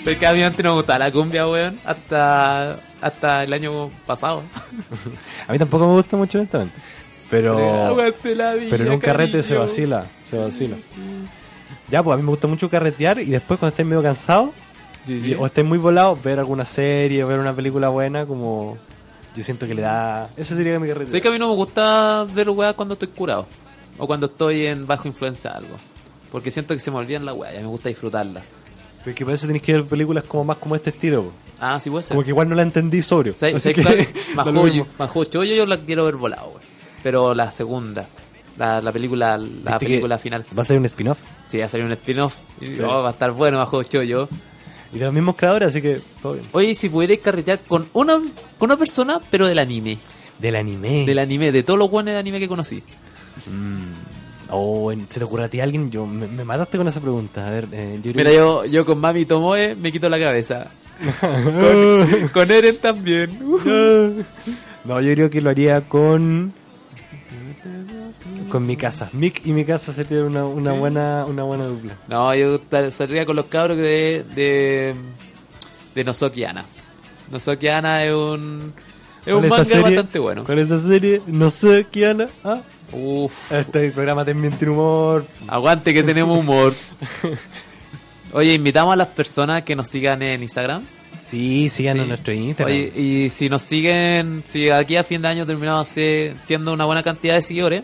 Speaker 2: Sé que a mí antes no me gustaba la cumbia, weón. Hasta, hasta el año pasado.
Speaker 1: A mí tampoco me gusta mucho, honestamente. Pero,
Speaker 2: Aguante la vida,
Speaker 1: pero en un carrete
Speaker 2: cariño.
Speaker 1: se vacila, se vacila. Ya, pues a mí me gusta mucho carretear y después cuando estés medio cansado
Speaker 2: Sí,
Speaker 1: y-
Speaker 2: sí.
Speaker 1: o estés muy volado, ver alguna serie, ver una película buena, como yo siento que le da... Ese sería mi carrete.
Speaker 2: Sé que a mí no me gusta ver weá cuando estoy curado. O cuando estoy en bajo influencia de algo. Porque siento que se me olvidan las weas, ya me gusta disfrutarlas.
Speaker 1: Pero es que para eso tenés que ver películas como más como este estilo. po.
Speaker 2: Ah, sí puede ser.
Speaker 1: Como que igual no la entendí sobrio.
Speaker 2: Sí,
Speaker 1: así
Speaker 2: sí,
Speaker 1: que
Speaker 2: claro.
Speaker 1: da lo
Speaker 2: Majo
Speaker 1: mismo.
Speaker 2: Yo- Majo Choyo yo la quiero ver volado, güey. Pero la segunda, la, la película, la
Speaker 1: Viste que
Speaker 2: película final.
Speaker 1: Va a ser un spin-off.
Speaker 2: Sí, va a salir un spin-off. Y oh, va a estar bueno Majo Choyo.
Speaker 1: Y de los mismos creadores, así que todo bien.
Speaker 2: Oye, si pudierais carretear con una, con una persona, pero del anime.
Speaker 1: Del anime.
Speaker 2: Del anime, de todos los buenos de anime que conocí.
Speaker 1: Oh, en- ¿se te ocurre a ti alguien? Yo, me, me mataste con esa pregunta. A ver, eh, yo creo
Speaker 2: Mira,
Speaker 1: que-
Speaker 2: yo, yo con Mami Tomoe me quito la cabeza. con, con Eren también.
Speaker 1: No, yo creo que lo haría con... Con mi casa. Mick y mi casa sería una, una buena una buena dupla.
Speaker 2: No, yo tal- saldría con los cabros de, de, de Nozoki Anna. Nozoki Anna es un, es un
Speaker 1: ¿Cuál esa
Speaker 2: manga
Speaker 1: serie?
Speaker 2: bastante bueno.
Speaker 1: ¿Cuál es esa serie? No sé, Kiana. Ah,
Speaker 2: Uf,
Speaker 1: este programa también tiene humor.
Speaker 2: aguante que tenemos humor. Oye, invitamos a las personas que nos sigan en Instagram.
Speaker 1: Sí, síganos
Speaker 2: Sí.
Speaker 1: en nuestro Instagram.
Speaker 2: Oye, y si nos siguen, si aquí a fin de año terminamos se- siendo una buena cantidad de seguidores,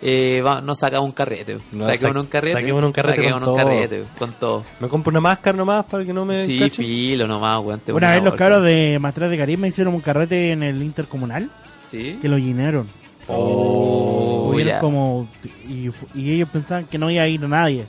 Speaker 2: eh, va- nos sacamos un carrete.
Speaker 1: No,
Speaker 2: saquemos
Speaker 1: sa-
Speaker 2: un carrete.
Speaker 1: saquémonos un carrete
Speaker 2: Saquémonos
Speaker 1: con
Speaker 2: un
Speaker 1: todo. ¿Eh,
Speaker 2: carrete, con todo.
Speaker 1: Me compro una máscara nomás para que no me
Speaker 2: Sí,
Speaker 1: cachen.
Speaker 2: filo nomás, aguante.
Speaker 3: Una vez los
Speaker 2: cabros
Speaker 3: cabros de Maestras de Caribe me hicieron un carrete en el intercomunal
Speaker 2: Sí.
Speaker 3: que lo llenaron.
Speaker 2: Oh,
Speaker 3: Tuvieron
Speaker 2: ya.
Speaker 3: como, y, fu- y ellos pensaban que no iba a ir nadie.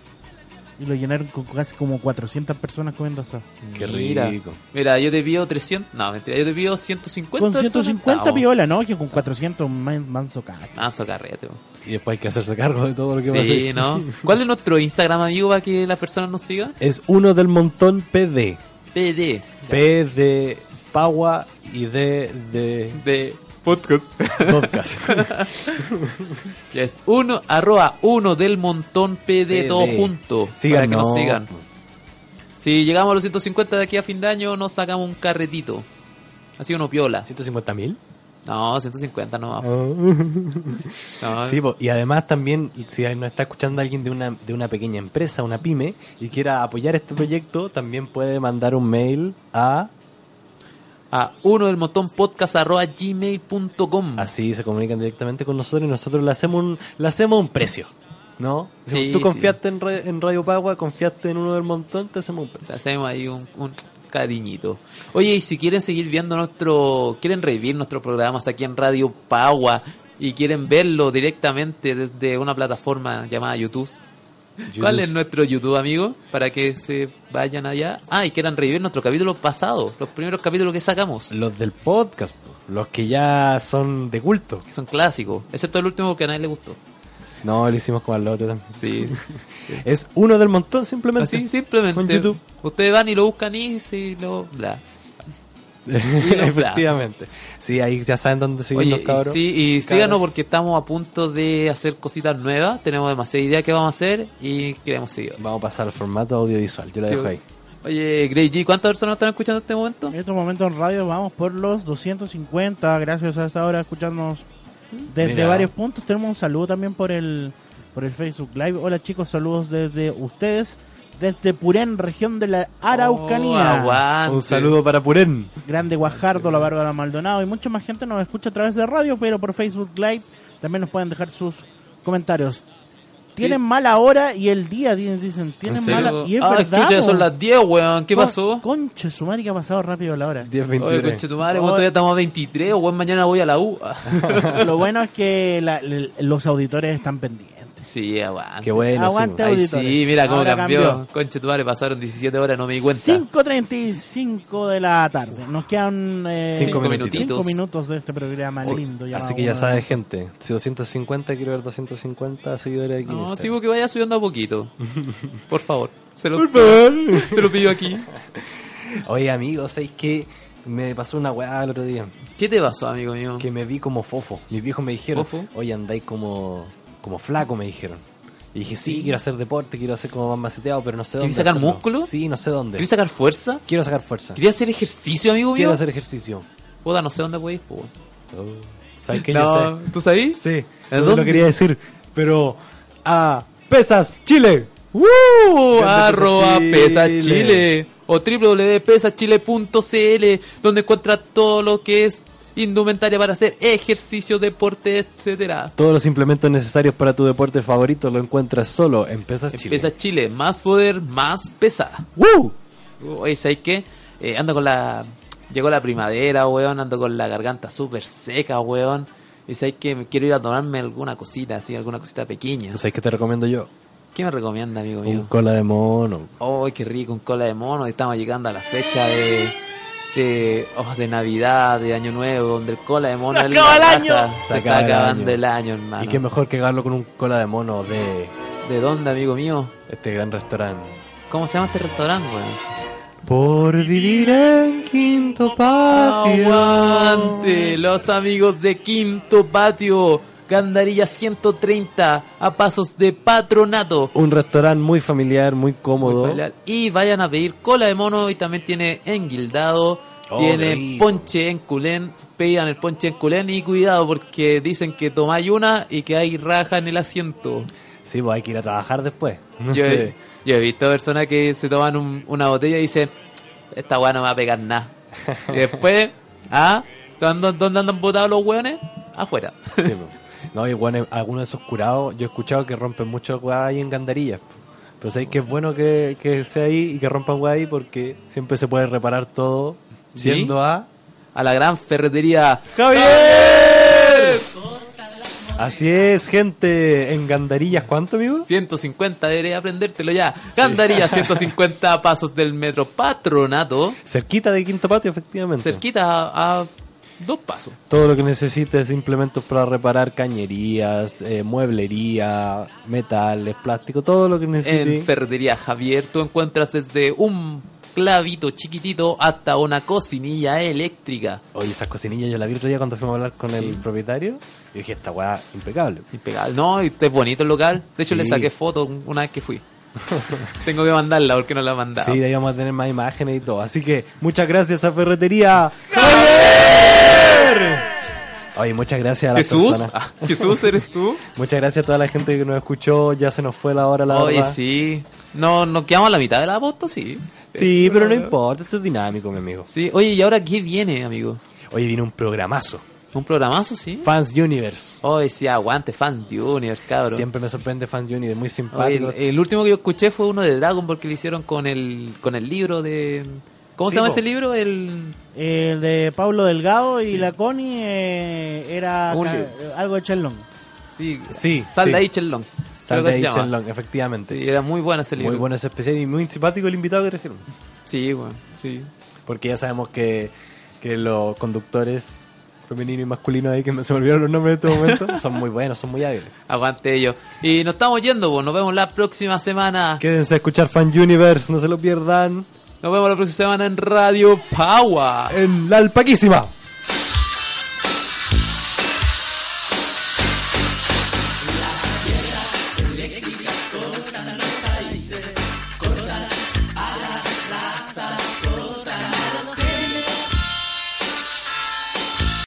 Speaker 3: Y lo llenaron con casi como 400 personas comiendo asado.
Speaker 1: Qué
Speaker 2: Mira,
Speaker 1: rico.
Speaker 2: Mira, yo te pido 300. No, mentira, yo te pido 150.
Speaker 3: Con
Speaker 2: personas. Oh.
Speaker 3: 150
Speaker 2: Vamos.
Speaker 3: piola, ¿no? Que con 400 man- manso cacho.
Speaker 2: Ah, socarrete. po.
Speaker 1: Y después hay que hacerse cargo de todo lo que va a
Speaker 2: Sí,
Speaker 1: hacer.
Speaker 2: ¿no? ¿Cuál es nuestro Instagram, amigo, para que las personas nos sigan?
Speaker 1: Es uno del montón PD.
Speaker 2: PD.
Speaker 1: P de Paua y D de
Speaker 2: De podcast.
Speaker 1: podcast.
Speaker 2: Que es uno, arroba uno del montón PD,
Speaker 1: PD.
Speaker 2: todo junto. para que nos
Speaker 1: Síganos.
Speaker 2: sigan. Si llegamos a los 150 de aquí a fin de año, nos sacamos un carretito. Así uno piola.
Speaker 1: 150 mil.
Speaker 2: No, 150 nomás. No,
Speaker 1: Sí, po, y además también, si nos está escuchando alguien de una, de una pequeña empresa, una pyme, y quiera apoyar este proyecto, también puede mandar un mail a
Speaker 2: a uno del montón podcast arroba gmail.com.
Speaker 1: así se comunican directamente con nosotros y nosotros le hacemos un, le hacemos un precio. ¿No?
Speaker 2: Sí,
Speaker 1: Tú
Speaker 2: sí.
Speaker 1: confiaste en, Ra- en Radio Pagua, confiaste en uno del montón, te hacemos un
Speaker 2: Te
Speaker 1: precio.
Speaker 2: hacemos ahí un, un cariñito. Oye, y si quieren seguir viendo nuestro, quieren revivir nuestros programas aquí en Radio Pagua y quieren verlo directamente desde una plataforma llamada YouTube. ¿Cuál es nuestro YouTube, amigo? Para que se vayan allá. Ah, y quieran revivir nuestro capítulo pasado, los primeros capítulos que sacamos,
Speaker 1: Los del podcast, po, los que ya son de culto.
Speaker 2: que son clásicos, excepto el último que a nadie le gustó.
Speaker 1: No, lo hicimos con al otro también.
Speaker 2: Sí, Ah,
Speaker 1: Es uno del montón simplemente.
Speaker 2: así
Speaker 1: Con
Speaker 2: simplemente.
Speaker 1: YouTube.
Speaker 2: Ustedes van y lo buscan y se lo bla. Y los
Speaker 1: Efectivamente. Sí, ahí ya saben dónde seguirnos,
Speaker 2: Oye, y,
Speaker 1: cabros.
Speaker 2: sí, y
Speaker 1: Cabras.
Speaker 2: síganos porque estamos a punto de hacer cositas nuevas. Tenemos demasiadas ideas que vamos a hacer y queremos seguir.
Speaker 1: Vamos a pasar al formato audiovisual. Yo la dejo ahí.
Speaker 2: Oye, Grey G, ¿cuántas personas están escuchando en este momento?
Speaker 3: En estos momentos en radio vamos por los 250. Gracias a esta hora escucharnos desde
Speaker 1: Mira.
Speaker 3: varios puntos. Tenemos un saludo también por el, por el Facebook Live. Hola chicos, saludos desde ustedes. Desde Purén, región de la
Speaker 2: Oh,
Speaker 3: Araucanía.
Speaker 2: aguante.
Speaker 1: Un saludo para Purén.
Speaker 3: Grande Guajardo, la Bárbara Maldonado y mucha más gente nos escucha a través de radio, pero por Facebook Live también nos pueden dejar sus comentarios. Tienen mala hora y el día, dicen, dicen, tienen
Speaker 2: ¿En
Speaker 3: mala...
Speaker 2: serio?
Speaker 3: Y es
Speaker 2: Ay,
Speaker 3: verdad,
Speaker 2: Ah, chucha,
Speaker 3: po.
Speaker 2: son las 10, weón. ¿Qué
Speaker 3: Con-
Speaker 2: pasó?
Speaker 3: Conche, su madre que ha pasado rápido la hora.
Speaker 1: 10,
Speaker 2: Oye,
Speaker 1: 23.
Speaker 2: conche tu madre, weón, todavía estamos a 23, weón. Mañana voy a la U.
Speaker 3: Lo bueno es que la- l- los auditores están pendientes.
Speaker 2: sí, weón.
Speaker 1: Qué bueno, sí,
Speaker 3: Aguante,
Speaker 1: weón.
Speaker 2: Ay,
Speaker 3: auditores.
Speaker 2: sí, mira cómo
Speaker 3: Ahora
Speaker 2: cambió.
Speaker 3: cambió.
Speaker 2: Conche tu madre, pasaron 17 horas, no me di cuenta.
Speaker 3: 5.35 de la tarde. Nos quedan eh,
Speaker 1: Cinco
Speaker 3: cinco
Speaker 1: minutitos.
Speaker 3: minutos de este programa lindo.
Speaker 1: Así que ya sabes, gente. Si 250, quiero ver 250 seguidores aquí. en
Speaker 2: No,
Speaker 1: Instagram.
Speaker 2: sí, porque vaya subiendo a poquito. Por favor. Se lo, se lo pido aquí.
Speaker 1: Oye, amigos, ¿sabéis que me pasó una weá el otro día?
Speaker 2: ¿Qué te pasó, amigo mío?
Speaker 1: Que me vi como fofo. Mis viejos me dijeron,
Speaker 2: ¿Fofo?
Speaker 1: oye, andáis como, como flaco, me dijeron. Y dije, sí, quiero hacer deporte, quiero hacer como más maceteado, pero no sé dónde.
Speaker 2: ¿Queréis sacar
Speaker 1: hacerlo".
Speaker 2: músculo?
Speaker 1: Sí, no sé dónde.
Speaker 2: ¿Querías sacar fuerza?
Speaker 1: Quiero sacar fuerza.
Speaker 2: ¿Querías hacer ejercicio, amigo mío?
Speaker 1: Quiero hacer ejercicio.
Speaker 2: Puta, no sé dónde podéis, po.
Speaker 1: Oh. ¿Sabes qué? Yo
Speaker 2: No, ¿Tú sabís?
Speaker 1: sé. Sí,
Speaker 2: ¿En
Speaker 1: no te
Speaker 2: dónde?
Speaker 1: lo quería decir, pero a pesas, Chile.
Speaker 2: ¡Woo!
Speaker 1: Grande
Speaker 2: Uh, Arroba Pesa
Speaker 1: Pesa
Speaker 2: Chile.
Speaker 1: Chile.
Speaker 2: o www.pesachile.cl donde encuentras todo lo que es indumentaria para hacer ejercicio, deporte, etcétera.
Speaker 1: Todos los implementos necesarios para tu deporte favorito lo encuentras solo en Pesas Chile.
Speaker 2: Pesa Chile, más poder, más pesa.
Speaker 1: ¡Woo!
Speaker 2: Oye, ¿sabes qué? Eh, ando con la... Llegó la primavera, weón, ando con la garganta súper seca, weón. Y sabes que quiero ir a tomarme alguna cosita, así, alguna cosita pequeña.
Speaker 1: ¿Sabes qué te recomiendo yo?
Speaker 2: ¿Qué me recomienda, amigo mío?
Speaker 1: Un cola de mono.
Speaker 2: ¡Oh, qué rico! Un cola de mono. Estamos llegando a la fecha de. de, oh, de Navidad, de Año Nuevo, donde el cola de mono
Speaker 3: ¡Se
Speaker 2: es la
Speaker 3: acaba el
Speaker 2: raja.
Speaker 3: año!
Speaker 2: Se,
Speaker 1: Se
Speaker 2: está
Speaker 1: acaba el
Speaker 2: acabando
Speaker 1: año.
Speaker 2: el año, hermano.
Speaker 1: Y qué mejor que darlo con un cola de mono de
Speaker 2: ¿De dónde, amigo mío?
Speaker 1: este gran restaurante.
Speaker 2: ¿Cómo se llama este restaurante, weón?
Speaker 1: Por vivir en Quinto Patio.
Speaker 2: ¡Aguante! Los amigos de Quinto Patio, Gandarilla 130, a pasos de patronato.
Speaker 1: Un restaurante muy familiar, muy
Speaker 2: Muy
Speaker 1: cómodo.
Speaker 2: familiar. Y vayan a pedir cola de mono y también tiene enguildado,
Speaker 1: Oh, qué
Speaker 2: tiene
Speaker 1: rico.
Speaker 2: ponche en culén, pegan el ponche en culén y cuidado porque dicen que tomáis una y que hay raja en el asiento.
Speaker 1: Sí, pues hay que ir a trabajar después. No
Speaker 2: yo, he,
Speaker 1: sé.
Speaker 2: yo he visto personas que se toman un- una botella y dicen, esta weá no me va a pegar nada. y después, ¿ah? ¿Dónde, dónde andan botados los weones? Afuera.
Speaker 1: Sí, pues. no, y bueno, algunos de esos curados, yo he escuchado que rompen mucho weá ahí en Gandarillas. Pero sabéis que es bueno que, que sea ahí y que rompan weá ahí porque siempre se puede reparar todo
Speaker 2: ¿Sí?
Speaker 1: yendo a
Speaker 2: A la gran ferretería.
Speaker 1: Javier. Así es, gente, en Gandarillas, ¿cuánto, amigo?
Speaker 2: 150, debería aprendértelo ya. Gandarilla 150 a pasos del metro patronato.
Speaker 1: Cerquita de Quinto Patio, efectivamente.
Speaker 2: cerquita a, a dos pasos.
Speaker 1: Todo lo que necesites, implementos para reparar cañerías, eh, mueblería, metales, plástico, todo lo que
Speaker 2: En
Speaker 1: necesites.
Speaker 2: Ferretería Javier tú encuentras desde un clavito chiquitito hasta una cocinilla eléctrica.
Speaker 1: Oye, esas cocinillas yo las vi el otro día cuando fuimos a hablar con el propietario. Y dije, esta weá, impecable.
Speaker 2: Impecable. No, y es bonito el local. De hecho,
Speaker 1: Sí.
Speaker 2: le saqué foto un- una vez que fui. Tengo que mandarla porque no la he mandado.
Speaker 1: Sí, de ahí vamos a tener más imágenes y todo. Así que muchas gracias a Ferretería. Oye, muchas gracias a las
Speaker 2: Jesús,
Speaker 1: personas.
Speaker 2: ah, Jesús, ¿eres tú?
Speaker 1: Muchas gracias a toda la gente que nos escuchó. Ya se nos fue la hora, la
Speaker 2: Oye,
Speaker 1: verdad.
Speaker 2: sí. No, nos quedamos a la mitad de la aposta, sí.
Speaker 1: Sí, pero no importa, esto es dinámico, mi amigo.
Speaker 2: Sí. Oye, ¿y ahora qué viene, amigo?
Speaker 1: Oye, viene un programazo.
Speaker 2: ¿Un programazo, sí?
Speaker 1: Fans Universe.
Speaker 2: Oye, sí, aguante, fan de Universe, cabrón.
Speaker 1: Siempre me sorprende Fan Universe, muy
Speaker 2: Oye, eh,
Speaker 1: simpático.
Speaker 2: el, el último que yo escuché fue uno de Dragon Ball que le hicieron con el con el libro de ¿Cómo se
Speaker 1: Sí,
Speaker 2: llama
Speaker 1: po.
Speaker 2: ese libro? El
Speaker 3: El de Pablo Delgado y
Speaker 2: Sí.
Speaker 3: la Connie eh, era
Speaker 2: Un
Speaker 3: ca-
Speaker 2: libro.
Speaker 3: algo de Chelón.
Speaker 2: sí,
Speaker 1: Sí,
Speaker 2: Sal de
Speaker 1: sí.
Speaker 2: ahí Chelón.
Speaker 1: Sal
Speaker 2: Creo
Speaker 1: de
Speaker 2: que se
Speaker 1: ahí,
Speaker 2: llama.
Speaker 1: Shenlong, efectivamente.
Speaker 2: Sí, era muy bueno ese libro.
Speaker 1: Muy bueno ese especial y muy simpático el invitado que trajeron.
Speaker 2: Sí, bueno, sí.
Speaker 1: Porque ya sabemos que, que los conductores femenino y masculino ahí que me- se me olvidaron los nombres en este momento son muy buenos, son muy hábiles.
Speaker 2: Aguante ellos. Y nos estamos yendo, pues. Nos vemos la próxima semana.
Speaker 1: Quédense a escuchar Fan Universe, no se lo pierdan
Speaker 2: Nos vemos la próxima semana en Radio Power.
Speaker 1: en la alpaquísima.